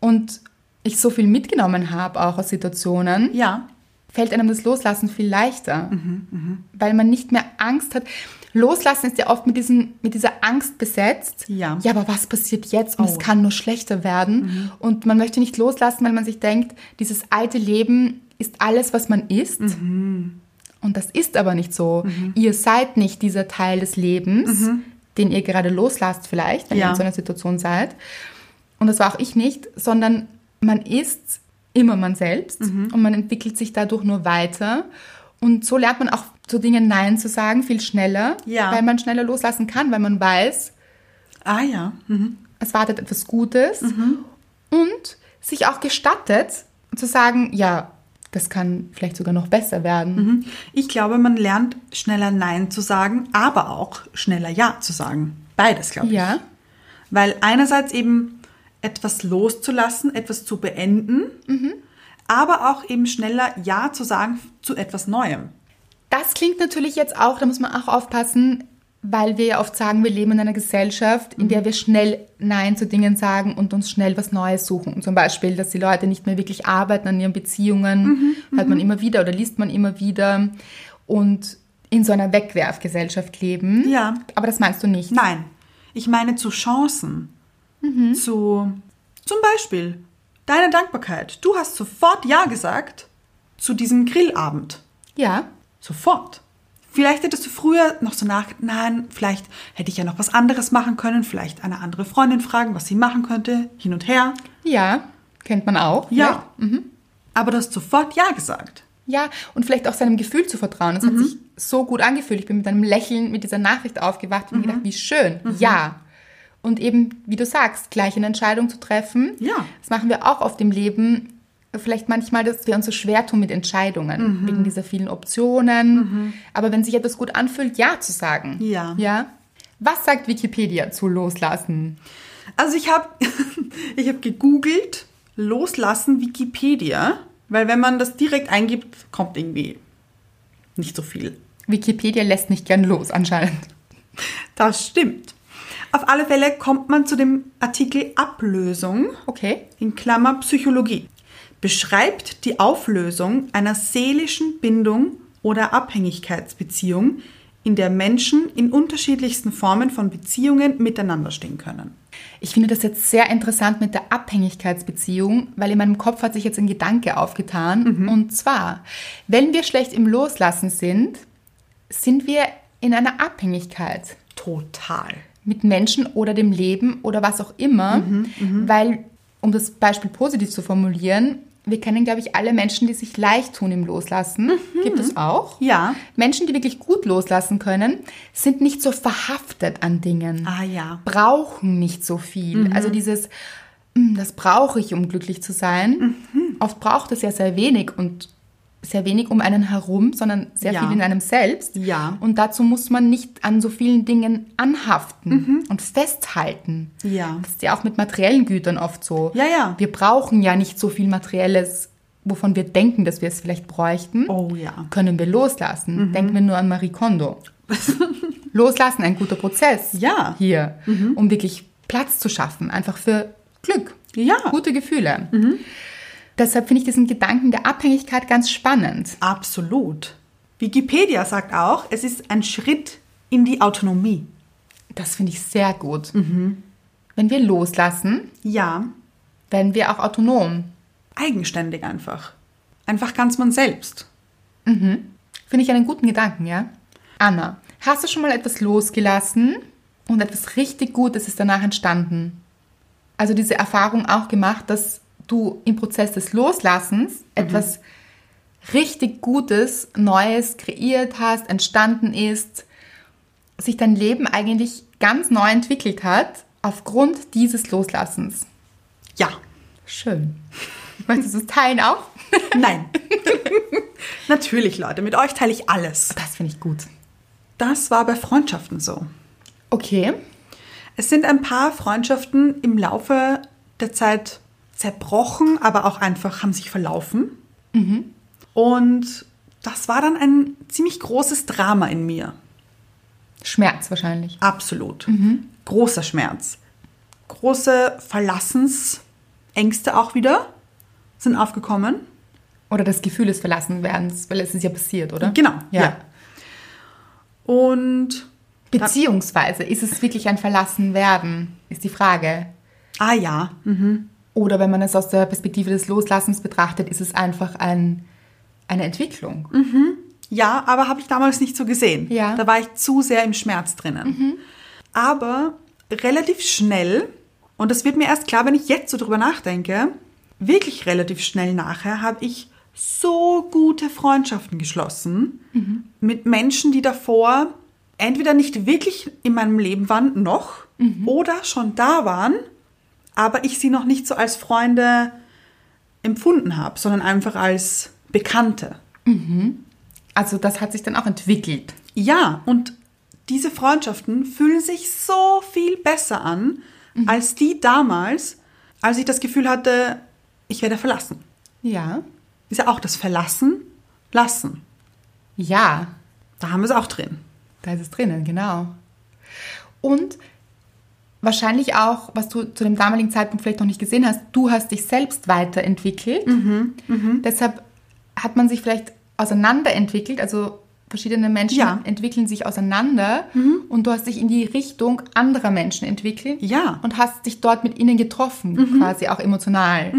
und ich so viel mitgenommen habe auch aus Situationen, Ja. fällt einem das Loslassen viel leichter, Mhm, weil man nicht mehr Angst hat. Loslassen ist ja oft mit, diesen, mit dieser Angst besetzt. Ja. Ja, aber was passiert jetzt? Und es Oh. Mhm. kann nur schlechter werden. Und man möchte nicht loslassen, weil man sich denkt, dieses alte Leben ist alles, was man ist. Mhm. Und das ist aber nicht so. Ihr seid nicht dieser Teil des Lebens, den ihr gerade loslasst vielleicht, wenn ihr Mhm. Ja. in so einer Situation seid. Und das war auch ich nicht, sondern man ist immer man selbst und man entwickelt sich dadurch nur weiter. Und so lernt man auch zu Dingen Nein zu sagen, viel schneller, Ja. weil man schneller loslassen kann, weil man weiß, Ah ja. Mhm. es wartet etwas Gutes und sich auch gestattet zu sagen, ja, das kann vielleicht sogar noch besser werden. Mhm. Ich glaube, man lernt schneller Nein zu sagen, aber auch schneller Ja zu sagen. Beides, glaube ich. Ja. Weil einerseits eben etwas loszulassen, etwas zu Mhm. beenden, aber auch eben schneller Ja zu sagen zu etwas Neuem. Das klingt natürlich jetzt auch, da muss man auch aufpassen, weil wir ja oft sagen, wir leben in einer Gesellschaft, Mhm. in der wir schnell Nein zu Dingen sagen und uns schnell was Neues suchen. Zum Beispiel, dass die Leute nicht mehr wirklich arbeiten an ihren Mhm, Beziehungen, hört man immer wieder oder liest man immer wieder und in so einer Wegwerfgesellschaft leben. Ja. Aber das meinst du nicht. Nein, ich meine zu Chancen. Zu zum Beispiel deine Dankbarkeit. Du hast sofort Ja gesagt zu diesem Grillabend. Ja. Sofort. Vielleicht hättest du früher noch so nachgedacht, nein, vielleicht hätte ich ja noch was anderes machen können, vielleicht eine andere Freundin fragen, was sie machen könnte, hin und her. Ja. Kennt man auch. vielleicht. Ja. Aber du hast sofort Ja gesagt. Ja, und vielleicht auch seinem Gefühl zu vertrauen. Das hat Mhm. sich so gut angefühlt. Ich bin mit einem Lächeln mit dieser Nachricht aufgewacht Mhm. und mir gedacht, wie schön, ja. Und eben, wie du sagst, gleich eine Entscheidung zu treffen. Ja. Das machen wir auch oft im Leben. Vielleicht manchmal, dass wir uns so schwer tun mit Mhm. Entscheidungen, wegen dieser vielen Optionen. Aber wenn sich etwas gut anfühlt, ja zu sagen. Ja. Ja. Was sagt Wikipedia zu Loslassen? Also ich habe (laughs) ich hab gegoogelt, loslassen Wikipedia, weil wenn man das direkt eingibt, kommt irgendwie nicht so viel. Wikipedia lässt nicht gern los, anscheinend. Das stimmt. Auf alle Fälle kommt man zu dem Artikel Ablösung Okay. in Klammer Psychologie. Beschreibt die Auflösung einer seelischen Bindung oder Abhängigkeitsbeziehung, in der Menschen in unterschiedlichsten Formen von Beziehungen miteinander stehen können. Ich finde das jetzt sehr interessant mit der Abhängigkeitsbeziehung, weil in meinem Kopf hat sich jetzt ein Gedanke aufgetan. Mhm. Und zwar, wenn wir schlecht im Loslassen sind, sind wir in einer Abhängigkeit Total. mit Menschen oder dem Leben oder was auch immer, Mhm, weil, um das Beispiel positiv zu formulieren, wir kennen, glaube ich, alle Menschen, die sich leicht tun im Loslassen. Gibt es auch. Mhm. Ja. Menschen, die wirklich gut loslassen können, sind nicht so verhaftet an Dingen Ah ja. brauchen nicht so viel. Mhm. Also dieses, "Hm, das brauche ich, um glücklich zu sein. Mhm. Oft braucht es ja sehr wenig und sehr wenig um einen herum, sondern sehr Ja. viel in einem selbst. Ja. Und dazu muss man nicht an so vielen Dingen anhaften und festhalten. Mhm. Ja. Das ist ja auch mit materiellen Gütern oft so. Ja, ja. Wir brauchen ja nicht so viel Materielles, wovon wir denken, dass wir es vielleicht bräuchten. Oh ja. Können wir loslassen. Mhm. Denken wir nur an Marie Kondo. (laughs) Loslassen, ein guter Prozess. Ja. Mhm. Hier, um wirklich Platz zu schaffen, einfach für Glück, Ja. Mhm. gute Gefühle. Deshalb finde ich diesen Gedanken der Abhängigkeit ganz spannend. Absolut. Wikipedia sagt auch, es ist ein Schritt in die Autonomie. Das finde ich sehr gut. Mhm. Wenn wir loslassen, Ja, werden wir auch autonom. eigenständig einfach. Einfach ganz man selbst. Finde ich einen guten Gedanken, ja? Anna, hast du schon mal etwas losgelassen und etwas richtig Gutes ist danach entstanden? Also diese Erfahrung auch gemacht, dass du im Prozess des Loslassens etwas richtig Gutes, Neues kreiert hast, entstanden ist, sich dein Leben eigentlich ganz neu entwickelt hat aufgrund dieses Loslassens. Ja, Schön. Möchtest du es teilen auch? nein. (laughs) Natürlich, Leute, mit euch teile ich alles. Das finde ich gut. Das war bei Freundschaften so. Okay. Es sind ein paar Freundschaften im Laufe der Zeit zerbrochen, aber auch einfach haben sich verlaufen. Und das war dann ein ziemlich großes Drama in mir. Schmerz wahrscheinlich. Absolut. Großer Schmerz. Große Verlassensängste auch wieder sind aufgekommen. Oder das Gefühl des Verlassenwerdens, weil es ist ja passiert, oder? Genau, Ja. ja. Und, Beziehungsweise ist es wirklich ein Verlassenwerden, ist die Frage. ah ja, Oder wenn man es aus der Perspektive des Loslassens betrachtet, ist es einfach ein, eine Entwicklung. ja, aber habe ich damals nicht so gesehen. Ja. Da war ich zu sehr im Schmerz drinnen. Aber relativ schnell, und das wird mir erst klar, wenn ich jetzt so drüber nachdenke, wirklich relativ schnell nachher habe ich so gute Freundschaften geschlossen mit Menschen, die davor entweder nicht wirklich in meinem Leben waren, noch oder schon da waren, aber ich sie noch nicht so als Freunde empfunden habe, sondern einfach als Bekannte. Also das hat sich dann auch entwickelt. Ja, und diese Freundschaften fühlen sich so viel besser an als die damals, als ich das Gefühl hatte, ich werde verlassen. Ja. Ist ja auch das Verlassen, lassen. Ja. Da haben wir es auch drin. Da ist es drinnen, genau. Und wahrscheinlich auch, was du zu dem damaligen Zeitpunkt vielleicht noch nicht gesehen hast, du hast dich selbst weiterentwickelt. Mhm, Deshalb hat man sich vielleicht auseinanderentwickelt, also verschiedene Menschen Ja. Mhm. entwickeln sich auseinander und du hast dich in die Richtung anderer Menschen entwickelt Ja. Mhm. und hast dich dort mit ihnen getroffen, quasi auch emotional.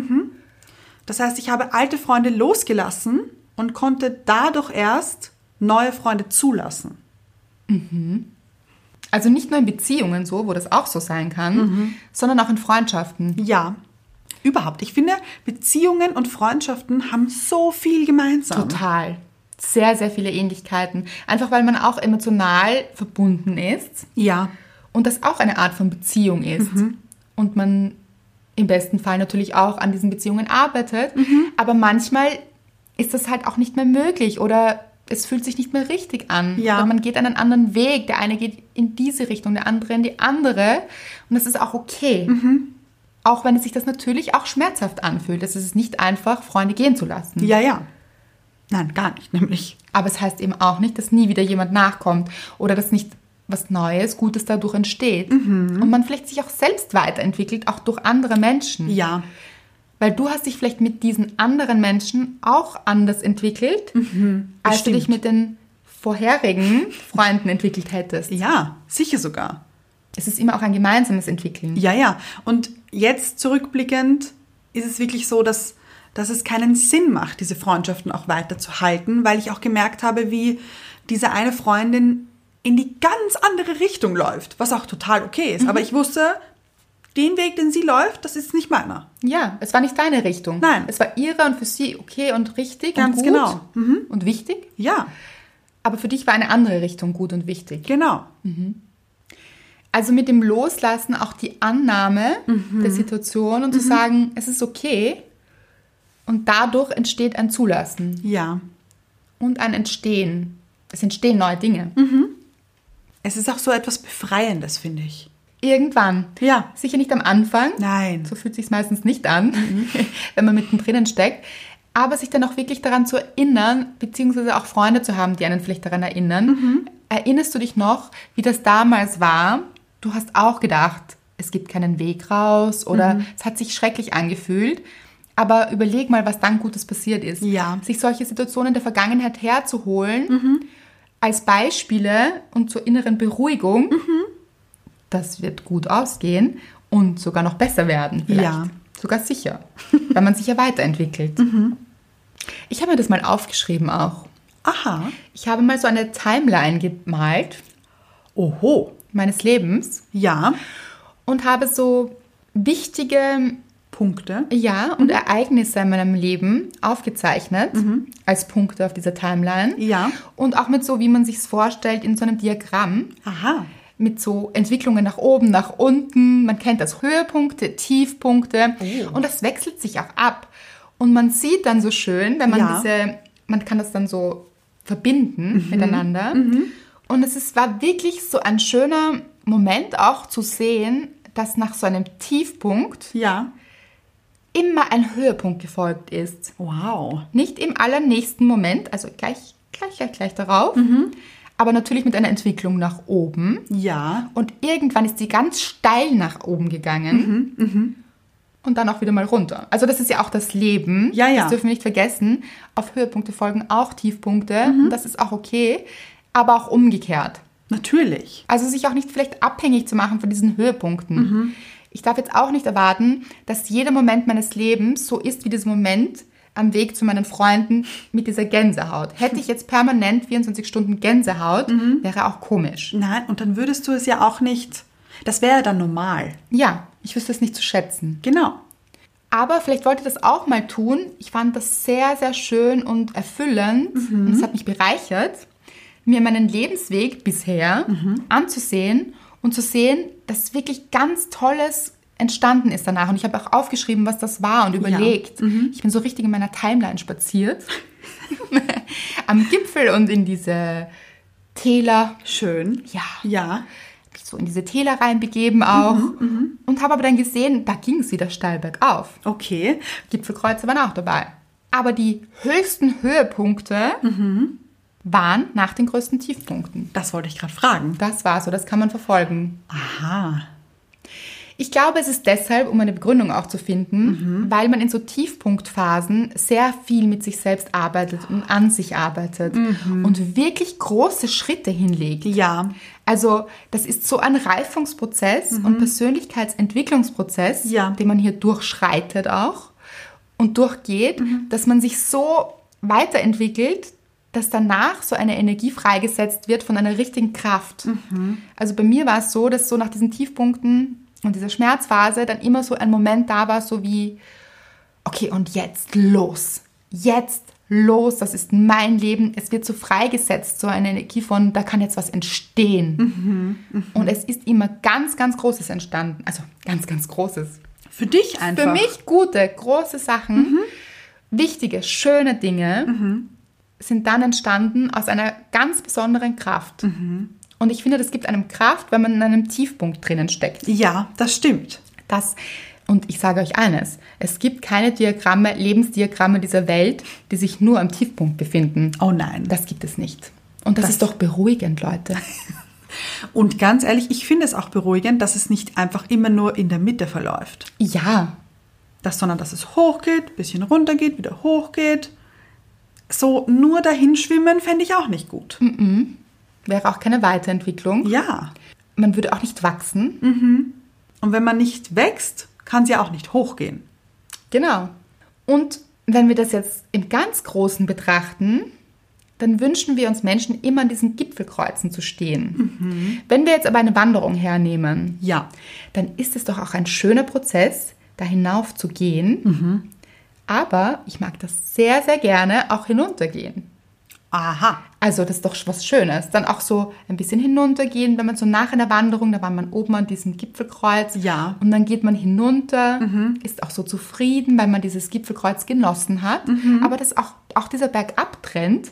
Das heißt, ich habe alte Freunde losgelassen und konnte dadurch erst neue Freunde zulassen. Also nicht nur in Beziehungen so, wo das auch so sein kann, Mhm. sondern auch in Freundschaften. Ja, überhaupt. Ich finde, Beziehungen und Freundschaften haben so viel gemeinsam. Total. Sehr, sehr viele Ähnlichkeiten. Einfach weil man auch emotional verbunden ist Ja, und das auch eine Art von Beziehung ist. Und man im besten Fall natürlich auch an diesen Beziehungen arbeitet. Aber manchmal ist das halt auch nicht mehr möglich oder es fühlt sich nicht mehr richtig an. Ja. Oder man geht einen anderen Weg. Der eine geht in diese Richtung, der andere in die andere. Und das ist auch okay. Auch wenn es sich das natürlich auch schmerzhaft anfühlt. Es ist nicht einfach, Freunde gehen zu lassen. ja, ja. Nein, gar nicht, nämlich. Aber es heißt eben auch nicht, dass nie wieder jemand nachkommt oder dass nicht was Neues, Gutes dadurch entsteht. Mhm. Und man vielleicht sich auch selbst weiterentwickelt, auch durch andere Menschen. Ja, Weil du hast dich vielleicht mit diesen anderen Menschen auch anders entwickelt, Mhm. als du dich mit den vorherigen Freunden entwickelt hättest. ja, sicher sogar. Es ist immer auch ein gemeinsames Entwickeln. Ja, ja. Und jetzt zurückblickend ist es wirklich so, dass, dass es keinen Sinn macht, diese Freundschaften auch weiterzuhalten, weil ich auch gemerkt habe, wie diese eine Freundin in die ganz andere Richtung läuft, was auch total okay ist. Aber ich wusste, den Weg, den sie läuft, das ist nicht meiner. Ja, es war nicht deine Richtung. Nein. Es war ihre und für sie okay und richtig Ganz und gut genau. und wichtig. Ja, Aber für dich war eine andere Richtung gut und wichtig. genau. Also mit dem Loslassen auch die Annahme der Situation und zu sagen, es ist okay. Und dadurch entsteht ein Zulassen Ja. und ein Entstehen. Es entstehen neue Dinge. Es ist auch so etwas Befreiendes, finde ich. Irgendwann. Ja. Sicher nicht am Anfang. Nein. So fühlt sich meistens nicht an, (laughs) wenn man mittendrin steckt. Aber sich dann auch wirklich daran zu erinnern, beziehungsweise auch Freunde zu haben, die einen vielleicht daran erinnern. Erinnerst du dich noch, wie das damals war? Du hast auch gedacht, es gibt keinen Weg raus oder Mhm. es hat sich schrecklich angefühlt. Aber überleg mal, was dann Gutes passiert ist. Ja. Mhm. Sich solche Situationen der Vergangenheit herzuholen, als Beispiele und zur inneren Beruhigung, das wird gut ausgehen und sogar noch besser werden. Vielleicht. Ja. Sogar sicher, (laughs) weil man sich ja weiterentwickelt. Mhm. Ich habe mir das mal aufgeschrieben auch. Aha. Ich habe mal so eine Timeline gemalt Oho. meines Lebens Ja. und habe so wichtige Punkte. ja Mhm. und Ereignisse in meinem Leben aufgezeichnet als Punkte auf dieser Timeline. Ja. Und auch mit so, wie man sich es vorstellt, in so einem Diagramm. Aha. mit so Entwicklungen nach oben, nach unten. Man kennt das Höhepunkte, Tiefpunkte und das wechselt sich auch ab. Und man sieht dann so schön, wenn man Ja. diese, man kann das dann so verbinden miteinander. Und es ist, war wirklich so ein schöner Moment auch zu sehen, dass nach so einem Tiefpunkt Ja. immer ein Höhepunkt gefolgt ist Wow. nicht im allernächsten Moment, also gleich, gleich, gleich, gleich darauf, aber natürlich mit einer Entwicklung nach oben. Ja. Und irgendwann ist sie ganz steil nach oben gegangen Mhm, und dann auch wieder mal runter. Also das ist ja auch das Leben. Ja, ja. Das dürfen wir nicht vergessen. Auf Höhepunkte folgen auch Tiefpunkte. Mhm. Das ist auch okay, aber auch umgekehrt. Natürlich. Also sich auch nicht vielleicht abhängig zu machen von diesen Höhepunkten. Mhm. Ich darf jetzt auch nicht erwarten, dass jeder Moment meines Lebens so ist wie dieser Moment am Weg zu meinen Freunden mit dieser Gänsehaut. Hätte ich jetzt permanent 24 Stunden Gänsehaut, Mhm. wäre auch komisch. Nein, und dann würdest du es ja auch nicht. Das wäre ja dann normal. Ja, ich wüsste es nicht zu schätzen. Genau. Aber vielleicht wollt ihr das auch mal tun. Ich fand das sehr, sehr schön und erfüllend. Und es hat mich bereichert, mir meinen Lebensweg bisher anzusehen und zu sehen, dass wirklich ganz Tolles entstanden ist danach. Und ich habe auch aufgeschrieben, was das war und überlegt. Ich bin so richtig in meiner Timeline spaziert. (laughs) Am Gipfel und in diese Täler. Schön. Ja Ja. mich so in diese Täler reinbegeben auch und habe aber dann gesehen, da ging es wieder steil bergauf. Okay. Gipfelkreuze waren auch dabei. Aber die höchsten Höhepunkte waren nach den größten Tiefpunkten. Das wollte ich gerade fragen. Das war so, das kann man verfolgen. Aha. Ich glaube, es ist deshalb, um eine Begründung auch zu finden, weil man in so Tiefpunktphasen sehr viel mit sich selbst arbeitet und an sich arbeitet und wirklich große Schritte hinlegt. Ja. Also das ist so ein Reifungsprozess und Persönlichkeitsentwicklungsprozess, Ja. den man hier durchschreitet auch und durchgeht, dass man sich so weiterentwickelt, dass danach so eine Energie freigesetzt wird von einer richtigen Kraft. Also bei mir war es so, dass so nach diesen Tiefpunkten und dieser Schmerzphase dann immer so ein Moment da war, so wie, okay, und jetzt los. Jetzt los. Das ist mein Leben. Es wird so freigesetzt, so eine Energie von, da kann jetzt was entstehen. Und es ist immer ganz, ganz Großes entstanden. Also ganz, ganz Großes. Für dich einfach. Für mich gute, große Sachen, wichtige, schöne Dinge sind dann entstanden aus einer ganz besonderen Kraft. Und ich finde, das gibt einem Kraft, wenn man in einem Tiefpunkt drinnen steckt. Ja, das stimmt. Das, und ich sage euch eines, es gibt keine Diagramme, Lebensdiagramme dieser Welt, die sich nur am Tiefpunkt befinden. Oh nein. Das gibt es nicht. Und das, Das- ist doch beruhigend, Leute. Und ganz ehrlich, ich finde es auch beruhigend, dass es nicht einfach immer nur in der Mitte verläuft. ja, Das, sondern dass es hochgeht, bisschen runtergeht, wieder hochgeht. So nur dahin schwimmen fände ich auch nicht gut. wäre auch keine Weiterentwicklung. Ja. Man würde auch nicht wachsen. Und wenn man nicht wächst, kann es ja auch nicht hochgehen. Genau. Und wenn wir das jetzt im ganz Großen betrachten, dann wünschen wir uns Menschen immer an diesen Gipfelkreuzen zu stehen. Wenn wir jetzt aber eine Wanderung hernehmen, Ja. dann ist es doch auch ein schöner Prozess, da hinauf zu gehen. Aber ich mag das sehr, sehr gerne auch hinuntergehen. Aha. Also das ist doch was Schönes. Dann auch so ein bisschen hinuntergehen, wenn man so nach einer Wanderung, da war man oben an diesem Gipfelkreuz. Ja. Und dann geht man hinunter, ist auch so zufrieden, weil man dieses Gipfelkreuz genossen hat. Aber das auch, auch dieser Bergabtrend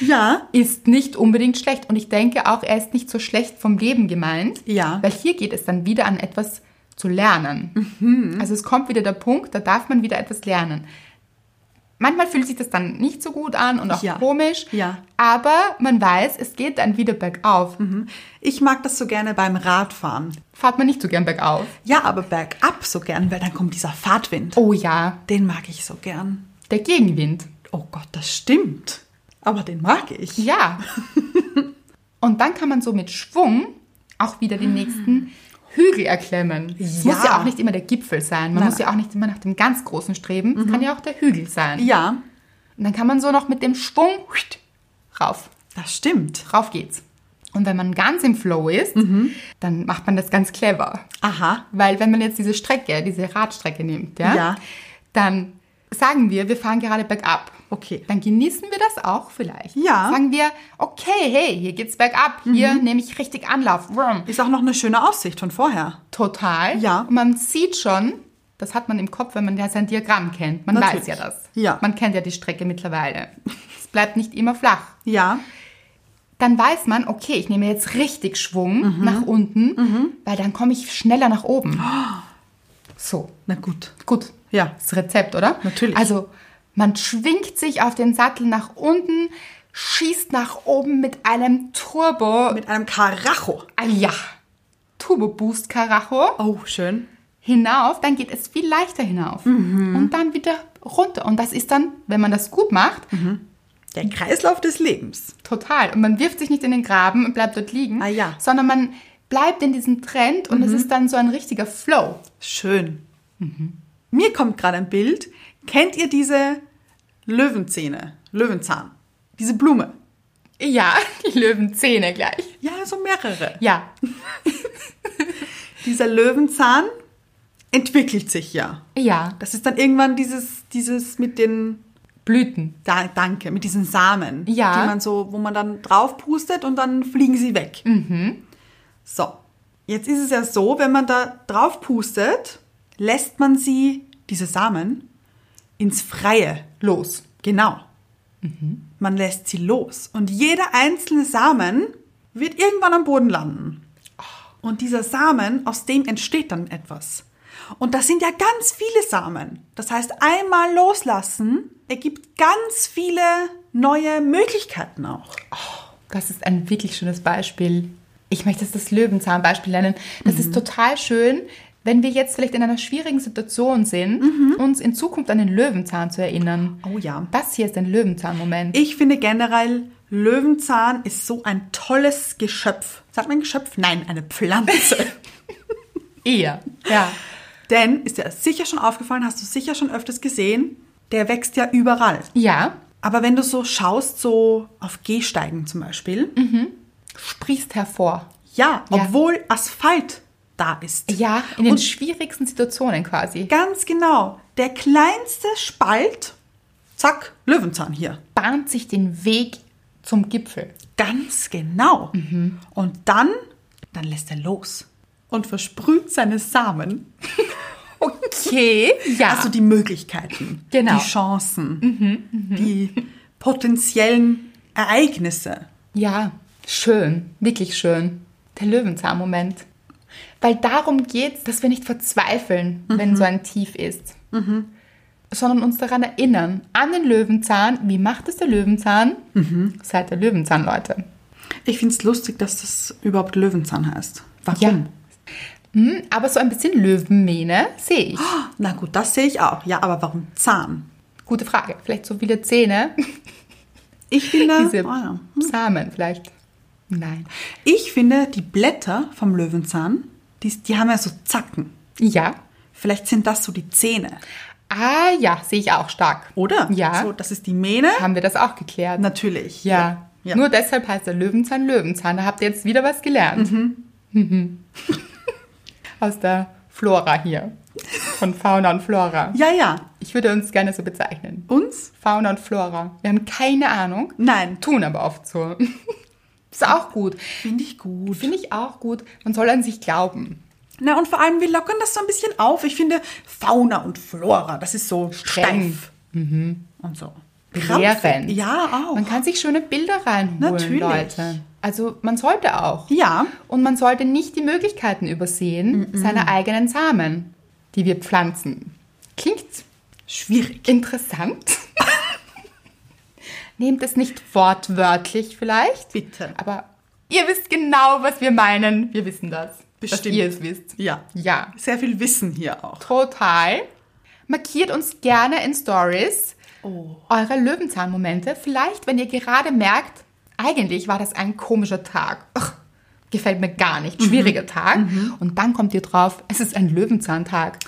Ja. ist nicht unbedingt schlecht. Und ich denke auch, er ist nicht so schlecht vom Leben gemeint. Ja. Weil hier geht es dann wieder an etwas zu lernen. Mhm. Also es kommt wieder der Punkt, da darf man wieder etwas lernen. Manchmal fühlt sich das dann nicht so gut an und auch Ja. komisch. Ja. Mhm. Aber man weiß, es geht dann wieder bergauf. Ich mag das so gerne beim Radfahren. Fahrt man nicht so gern bergauf. Ja, aber bergab so gern, weil dann kommt dieser Fahrtwind. Oh ja, Den mag ich so gern. der Gegenwind. Oh Gott, das stimmt. Aber den mag ich. Ja. (laughs) und dann kann man so mit Schwung auch wieder den nächsten Hügel erklemmen. Es Ja. muss ja auch nicht immer der Gipfel sein. Man Nein, muss ja auch nicht immer nach dem ganz großen streben. Es kann ja auch der Hügel sein. Ja, Und dann kann man so noch mit dem Schwung huiht, rauf. das stimmt. Rauf geht's. Und wenn man ganz im Flow ist, dann macht man das ganz clever. Aha. Weil wenn man jetzt diese Strecke, diese Radstrecke nimmt, ja, Ja. dann sagen wir, wir fahren gerade bergab. Okay. Dann genießen wir das auch vielleicht. Ja. Mhm. Sagen wir, okay, hey, hier geht's bergab, hier nehme ich richtig Anlauf. Vroom. Ist auch noch eine schöne Aussicht von vorher. Total. Ja. Und man sieht schon, das hat man im Kopf, wenn man ja sein Diagramm kennt. Man Natürlich. weiß ja das. Ja. Man kennt ja die Strecke mittlerweile. es bleibt nicht immer flach. Ja. Dann weiß man, okay, ich nehme jetzt richtig Schwung Mhm. nach unten, weil dann komme ich schneller nach oben. Oh. So, Na gut. gut. Ja. Das Rezept, oder? Natürlich. Also man schwingt sich auf den Sattel nach unten, schießt nach oben mit einem Turbo. Mit einem Karacho. ah, ja. Turbo Boost Karacho Oh, schön. hinauf, dann geht es viel leichter hinauf. Mhm. Und dann wieder runter. Und das ist dann, wenn man das gut macht, Mhm. Der Kreislauf des Lebens. total. Und man wirft sich nicht in den Graben und bleibt dort liegen, Ah ja. Mhm. sondern man bleibt in diesem Trend und es ist dann so ein richtiger Flow. Schön. Mhm. Mir kommt gerade ein Bild. Kennt ihr diese Löwenzähne? Löwenzahn. Diese Blume. Ja, die Löwenzähne gleich. Ja, so mehrere. Ja, Dieser Löwenzahn entwickelt sich ja. ja. Das ist dann irgendwann dieses, dieses mit den, Blüten. da, danke, mit diesen Samen, Ja. die man so, wo man dann drauf pustet und dann fliegen sie weg. So, jetzt ist es ja so, wenn man da drauf pustet, lässt man sie, diese Samen, ins Freie. Los. Genau. Man lässt sie los. Und jeder einzelne Samen wird irgendwann am Boden landen. Und dieser Samen, aus dem entsteht dann etwas. Und das sind ja ganz viele Samen. Das heißt, einmal loslassen ergibt ganz viele neue Möglichkeiten auch. Das ist ein wirklich schönes Beispiel. Ich möchte jetzt das Löwenzahnbeispiel nennen. Das Mhm. ist total schön, wenn wir jetzt vielleicht in einer schwierigen Situation sind, uns in Zukunft an den Löwenzahn zu erinnern. Mhm. Oh ja. Das hier ist ein Löwenzahnmoment. Ich finde generell, Löwenzahn ist so ein tolles Geschöpf. Sagt man Geschöpf? Nein, eine Pflanze. Eher. Ja. Denn, ist dir sicher schon aufgefallen, hast du sicher schon öfters gesehen, der wächst ja überall. Ja. Aber wenn du so schaust, so auf Gehsteigen zum Beispiel, Sprießt hervor. ja, Ja. obwohl Asphalt da ist. Ja, in den Und- schwierigsten Situationen quasi. Ganz genau. Der kleinste Spalt, zack, Löwenzahn hier. Bahnt sich den Weg zum Gipfel. Ganz genau. Mhm. Und dann, dann lässt er los und versprüht seine Samen. Okay. Ja. Also die Möglichkeiten, Genau. Mhm, die Chancen, die potenziellen Ereignisse. Ja, schön, wirklich schön. Der Löwenzahnmoment. Weil darum geht es, dass wir nicht verzweifeln, wenn so ein Tief ist, sondern uns daran erinnern, an den Löwenzahn. Wie macht es der Löwenzahn? Seid der Löwenzahn, Leute. Ich finde es lustig, dass das überhaupt Löwenzahn heißt. Warum? Hm, aber so ein bisschen Löwenmähne sehe ich. Na gut, das sehe ich auch. Ja, aber warum Zahn? Gute Frage. Vielleicht so viele Zähne, (laughs) Ich finde, diese oh ja. Samen vielleicht. Nein. ich finde, die Blätter vom Löwenzahn, die, die haben ja so Zacken. Ja. Vielleicht sind das so die Zähne, Ah ja, sehe ich auch stark. oder? Ja. So, das ist die Mähne. Haben wir das auch geklärt? Natürlich. Ja. ja. Nur deshalb heißt er Löwenzahn Löwenzahn. Da habt ihr jetzt wieder was gelernt. Mhm. (laughs) Aus der Flora hier. Von Fauna und Flora. ja, ja. Ich würde uns gerne so bezeichnen. Uns? Fauna und Flora. Wir haben keine Ahnung. Nein. Tun aber oft so. (laughs) Ist auch gut. Finde ich gut. Finde ich auch gut. Man soll an sich glauben. Na, und vor allem, wir lockern das so ein bisschen auf. Ich finde, Fauna und Flora, das ist so Streng. steif. Mhm. Und so. Belehrend. Krampfig. Ja, auch. Man kann sich schöne Bilder reinholen, Natürlich. Leute. Also man sollte auch. ja, Und man sollte nicht die Möglichkeiten übersehen, seiner eigenen Samen, die wir pflanzen. Klingt schwierig. interessant. (laughs) Nehmt es nicht wortwörtlich vielleicht. Bitte. Aber ihr wisst genau, was wir meinen. Wir wissen das. Dass Bestimmt. ihr es wisst. Ja. Ja, Sehr viel Wissen hier auch. total. Markiert uns gerne in Stories Oh. eure Löwenzahnmomente. Vielleicht, wenn ihr gerade merkt, eigentlich war das ein komischer Tag. Ach, gefällt mir gar Mhm. nicht. Schwieriger Tag. Und dann kommt ihr drauf, es ist ein Löwenzahntag.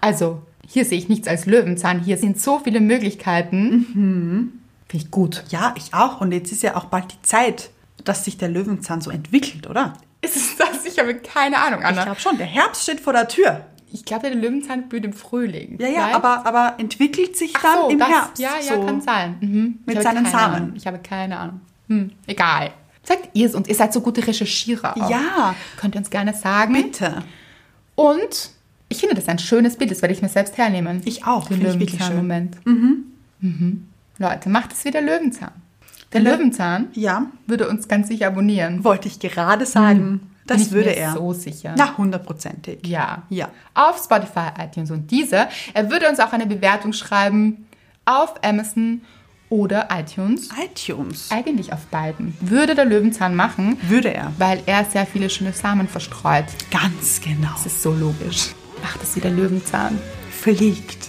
Also, hier sehe ich nichts als Löwenzahn. Hier sind so viele Möglichkeiten. Mhm. Finde ich gut. (laughs) Ja, ich auch. Und jetzt ist ja auch bald die Zeit, dass sich der Löwenzahn so entwickelt, oder? Ist es das? Ich habe keine Ahnung, Ich Anna. glaube schon, der Herbst steht vor der Tür. Ich glaube, der Löwenzahn blüht im Frühling. Ja, ja, Vielleicht? aber, aber entwickelt sich Ach dann so, im das, Herbst. Ja, ja, so. kann sein. Mhm. Ich Mit habe seinen keine Samen. Ahnung. Ich habe keine Ahnung. Hm, egal. Sagt ihr es uns? Ihr seid so gute Recherchierer. Auch. Ja. Könnt ihr uns gerne sagen. Bitte. Und ich finde das ein schönes Bild. Das werde ich mir selbst hernehmen. Ich auch. Den Finde ich wirklich schön. Löwenzahn-Moment. Mhm. Leute, macht es wie der Löwenzahn. Der Lö- Löwenzahn Ja, würde uns ganz sicher abonnieren. wollte ich gerade sagen. Das Bin ich würde mir er. Hm. so sicher. Na, hundertprozentig. Ja. Ja. Auf Spotify, iTunes und diese. Er würde uns auch eine Bewertung schreiben auf Amazon oder iTunes. iTunes. Eigentlich auf beiden. Würde der Löwenzahn machen, Würde er. weil er sehr viele schöne Samen verstreut. Ganz genau. Das ist so logisch. Macht es wie der Löwenzahn. Verlegt.